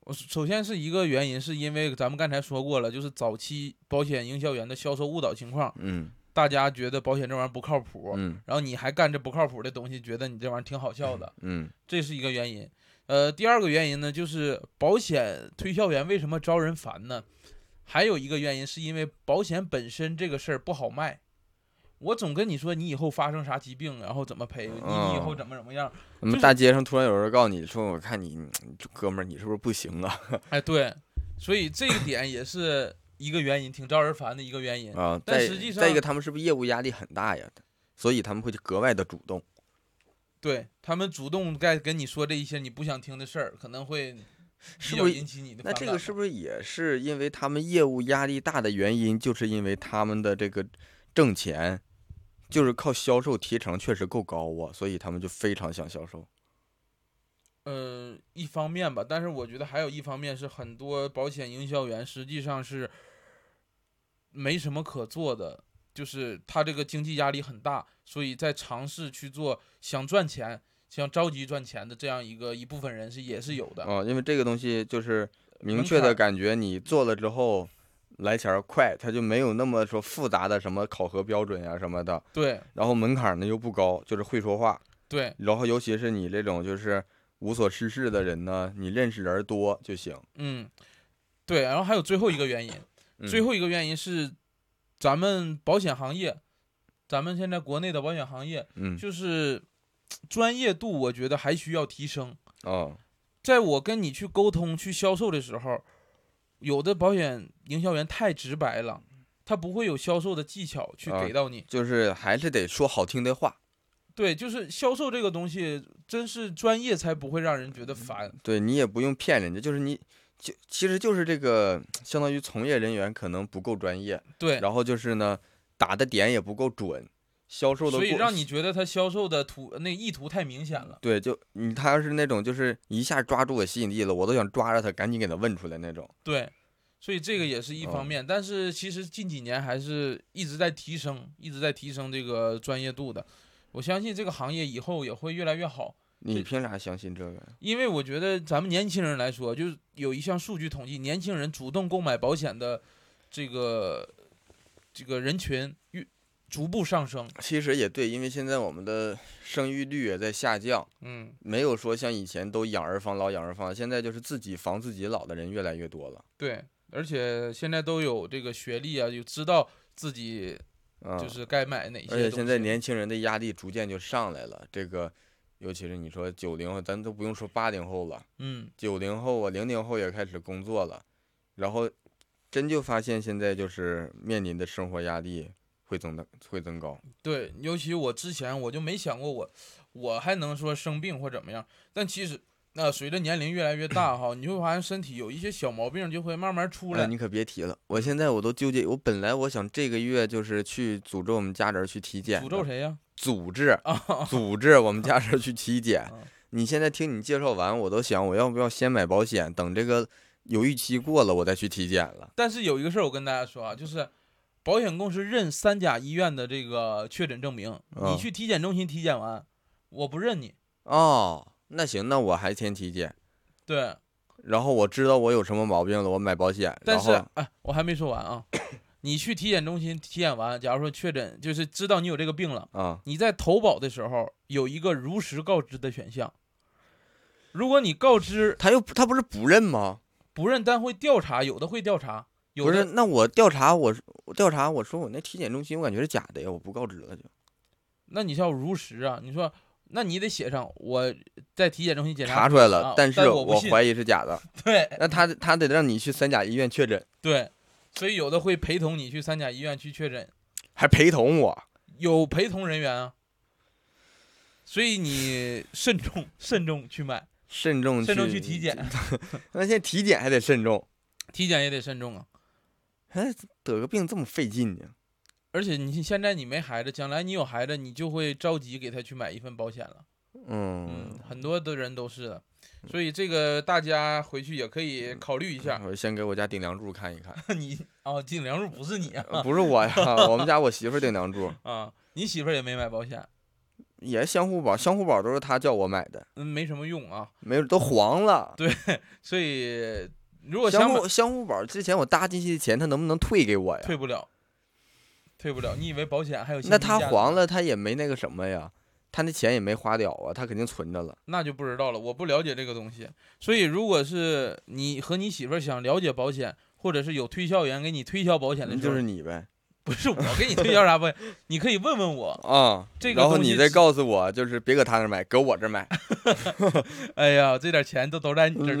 B: 我首先是一个原因，是因为咱们刚才说过了，就是早期保险营销员的销售误导情况，
A: 嗯
B: 大家觉得保险这玩意儿不靠谱，
A: 嗯
B: 然后你还干这不靠谱的东西，觉得你这玩意儿挺好笑的，
A: 嗯
B: 这是一个原因。呃，第二个原因呢，就是保险推销员为什么招人烦呢？还有一个原因是因为保险本身这个事儿不好卖。我总跟你说你以后发生啥疾病，然后怎么赔，你你以后
A: 哦
B: 怎么怎么样？
A: 那么
B: 就是
A: 大街上突然有人告诉你说，我看你你这哥们儿，你是不是不行啊？
B: 哎，对，所以这一点也是一个原因，挺招人烦的一个原因。
A: 啊，
B: 但
A: 再
B: 实际
A: 再一
B: 上
A: 个，他们是不是业务压力很大呀？所以他们会格外的主动。
B: 对他们主动该跟你说这一些你不想听的事儿，可能会
A: 是
B: 比
A: 不
B: 较
A: 是
B: 引起你的
A: 那
B: 反
A: 这
B: 感吧。
A: 个是不是也是因为他们业务压力大的原因？就是因为他们的这个挣钱，就是靠销售提成确实够高啊，所以他们就非常想销售。
B: 嗯，一方面吧，但是我觉得还有一方面是很多保险营销员实际上是没什么可做的，就是他这个经济压力很大，所以在尝试去做想赚钱、想着急赚钱的这样一个一部分
A: 哦
B: 人是也是有的。
A: 啊、因为这个东西就是明
B: 门
A: 确的
B: 槛
A: 感觉，你做了之后，来钱儿快，它就没有那么说复杂的什么考核标准呀、什么的，
B: 对
A: 然后门槛儿呢又不高，就是会说话，
B: 对，
A: 然后尤其是你这种就是无所事事的人呢，你认识人儿多就行。
B: 嗯，对。然后还有最后一个原因，
A: 嗯
B: 最后一个原因是咱们保险行业，咱们现在国内的保险行业
A: 嗯
B: 就是专业度，我觉得还需要提升。
A: 哦
B: 在我跟你去沟通、去销售的时候，有的保险营销员太直白了，他不会有销售的技巧去
A: 啊
B: 给到你。
A: 就是还是得说好听的话。
B: 对，就是销售这个东西，真是专业才不会让人觉得烦。
A: 对你也不用骗人家，就是你就其实就是这个相当于从业人员可能不够专业，
B: 对，
A: 然后就是呢打的点也不够准，销售的
B: 所以
A: 过
B: 让你觉得他销售的图那意图太明显了。
A: 对就你他要是那种就是一下抓住我吸引力了，我都想抓着他赶紧给他问出来那种。
B: 对，所以这个也是一方
A: 嗯
B: 面，但是其实近几年还是一直在提升，一直在提升这个专业度的。我相信这个行业以后也会越来越好，
A: 你
B: 对
A: 凭啥相信这个呀？
B: 因为我觉得咱们年轻人来说，就是有一项数据统计，年轻人主动购买保险的这个这个人群越逐步上升。
A: 其实也对，因为现在我们的生育率也在下降，
B: 嗯，
A: 没有说像以前都养儿防老养儿防老，现在就是自己防自己老的人越来越多了。
B: 对，而且现在都有这个学历啊，有知道自己
A: 嗯，
B: 就是该买哪些东
A: 而
B: 西。
A: 且现在年轻人的压力逐渐就上来了，这个，尤其是你说九零后，咱都不用说八零后了，
B: 嗯，
A: 九零后啊，零零后也开始工作了，然后真就发现现在就是面临的生活压力会增的会增高。
B: 对，尤其我之前我就没想过我我还能说生病或怎么样，但其实那、随着年龄越来越大哈，你会发现身体有一些小毛病就会慢慢出
A: 哎，
B: 来。
A: 你可别提了，我现在我都纠结，我本来我想这个月就是去组织我们家人去体检的，
B: 诅咒谁呀？
A: 组织
B: <laughs> 啊、
A: 组织我们家人去体检
B: <laughs> 嗯。
A: 你现在听你介绍完，我都想我要不要先买保险，等这个犹豫期过了，我再去体检了。
B: 但是有一个事儿我跟大家说啊，就是保险公司认三甲医院的这个确诊证明，
A: 嗯
B: 你去体检中心体检完，我不认你。
A: 哦，那行，那我还先体检，
B: 对，
A: 然后我知道我有什么毛病了，我买保险。
B: 但
A: 然
B: 是
A: 后
B: 哎，我还没说完
A: <coughs>
B: 啊。你去体检中心体检完，假如说确诊，就是知道你有这个病了，
A: 啊，
B: 你在投保的时候有一个如实告知的选项。如果你告知
A: 他又不他不是不认吗？
B: 不认，但会调查，有的会调查，有
A: 不是，
B: 的
A: 那我调查我我调查我说我那体检中心我感觉是假的呀，我不告知了就。
B: 那你要如实啊，你说，那你得写上我在体检中心检查
A: 查出来了，
B: 啊
A: 但是
B: 但我不信
A: 怀疑是假
B: <laughs>
A: 的。
B: 对
A: 那他他得让你去三甲医院确诊，
B: 对，所以有的会陪同你去三甲医院去确诊，
A: 还陪同我。
B: 有陪同人员啊。所以你慎重慎重去买，
A: 慎嗯重去，
B: 慎重去体检，
A: 那现在体检还得慎重，
B: 体检也得慎重啊。
A: 哎，得个病这么费劲呢？
B: 而且你现在你没孩子，将来你有孩子，你就会着急给他去买一份保险了。嗯
A: 嗯，，
B: 很多的人都是的，所以这个大家回去也可以考虑一下。
A: 嗯我先给我家顶梁柱看一
B: <laughs>
A: 看，
B: 你哦，顶梁柱不是你啊
A: 呃不是我呀，我们家我媳妇儿顶梁柱。
B: 啊，你媳妇儿也没买保险，
A: 也相互宝，相互宝都是他叫我买的，
B: 嗯，没什么用啊。
A: 没有都黄了。
B: 所以如果
A: 相
B: 想
A: 互
B: 买，
A: 相互宝之前我搭进去的钱，他能不能退给我呀？
B: 退不了，退不了。你以为保险还有
A: 那
B: 现金
A: 他
B: 价值
A: 黄，了，他也没那个什么呀，他那钱也没花掉啊，他肯定存着了。
B: 那就不知道了。我不了解这个东西，所以如果是你和你媳妇儿想了解保险，或者是有推销员给你推销保险的
A: 那
B: 时
A: 嗯
B: 候，
A: 就是你呗
B: 不是我给你推销啥保险， <laughs> 你可以问问我。
A: 啊，
B: 这个
A: 然后
B: 东西
A: 你再
B: 是
A: 告诉我，就是别搁他那儿买，搁我这儿买。
B: 哎呀，这点钱都都在你这儿挣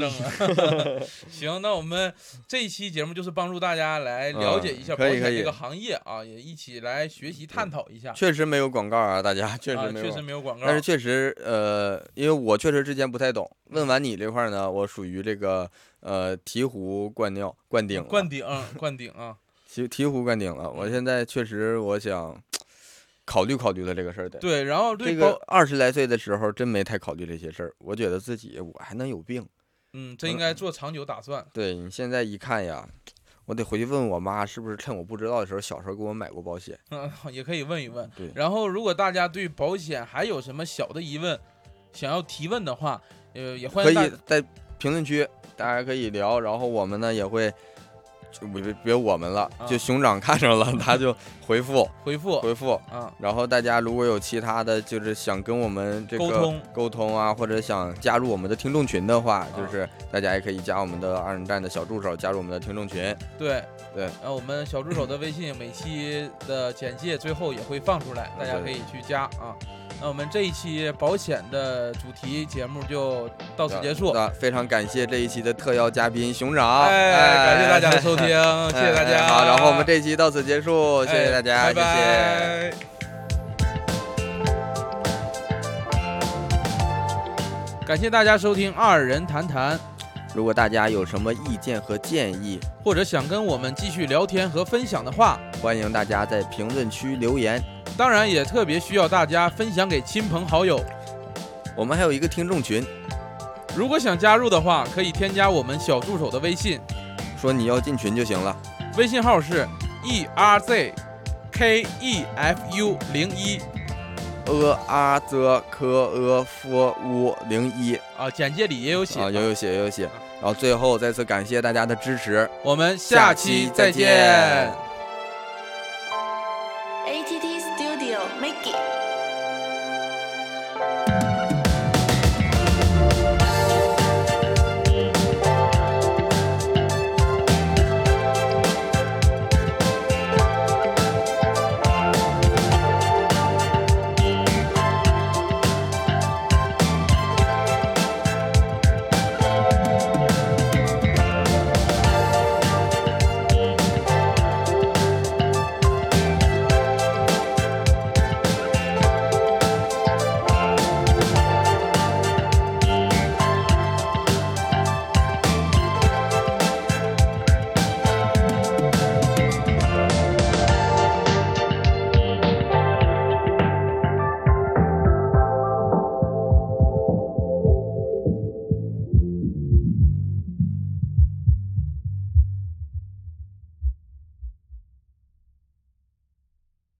A: 嗯
B: 了。<laughs> 行，那我们这一期节目就是帮助大家来了解一下
A: 嗯
B: 保
A: 可以
B: 险
A: 可以
B: 这个行业啊，也一起来学习探讨一下。
A: 确实没有广告啊，大家确
B: 啊，
A: 实没有
B: 确
A: 广
B: 实
A: 告。
B: 没有广告
A: 但，是确实，呃，因为我确实之前不太懂。问完你这块儿呢，我属于这个呃醍醐灌尿灌顶了
B: 灌
A: <laughs>
B: 嗯顶，灌顶啊！
A: 醍醍醐灌顶了。我现在确实我想考虑考虑了这个事儿得。
B: 对，然后
A: 这
B: 对
A: 个
B: 保，
A: 二十来岁的时候真没太考虑这些事儿，我觉得自己我还能有病。
B: 嗯，这应该做长久打算。
A: 对你现在一看呀，我得回去问我妈是不是趁我不知道的时候小时候给我买过保险。
B: 嗯，也可以问一问。
A: 对
B: 然后如果大家对保险还有什么小的疑问，想要提问的话，呃，也欢
A: 可
B: 迎大
A: 以在评论区大家可以聊，然后我们呢也会就别别我们了，
B: 啊
A: 就熊掌看上了，他就回
B: <laughs>
A: 复
B: 回复
A: 回复。
B: 啊，
A: 然后大家如果有其他的，就是想跟我们这个
B: 沟通
A: 啊，或者想加入我们的听众群的话，
B: 啊
A: 就是大家也可以加我们的二人站的小助手，加入我们的听众群。
B: 对
A: 对
B: 然后我们小助手的微信每期的简介最后也会放出来，大家可以去加啊。那我们这一期保险的主题节目就到此结束。
A: 那非常感谢这一期的特邀嘉宾熊掌，
B: 哎，感谢大家
A: <laughs>
B: 的收听，
A: 哎，
B: 谢谢大家。
A: 哎好，然后我们这期到此结束，谢谢大家，
B: 哎拜拜
A: 谢谢。
B: 感谢大家收听《二人谈谈》，
A: 如果大家有什么意见和建议，
B: 或者想跟我们继续聊天和分享的话，
A: 欢迎大家在评论区留言。
B: 当然也特别需要大家分享给亲朋好友。
A: 我们还有一个听众群，
B: 如果想加入的话，可以添加我们小助手的微信，
A: 说你要进群就行了。
B: 微信号是 e r z k e f u 零一
A: 呃啊则科呃 f 乌零一
B: 啊，简介里也有写。
A: 啊，有有写有有写。然后最后再次感谢大家的支持。
B: 我们下期再见。
E: ATT Studio Mickey。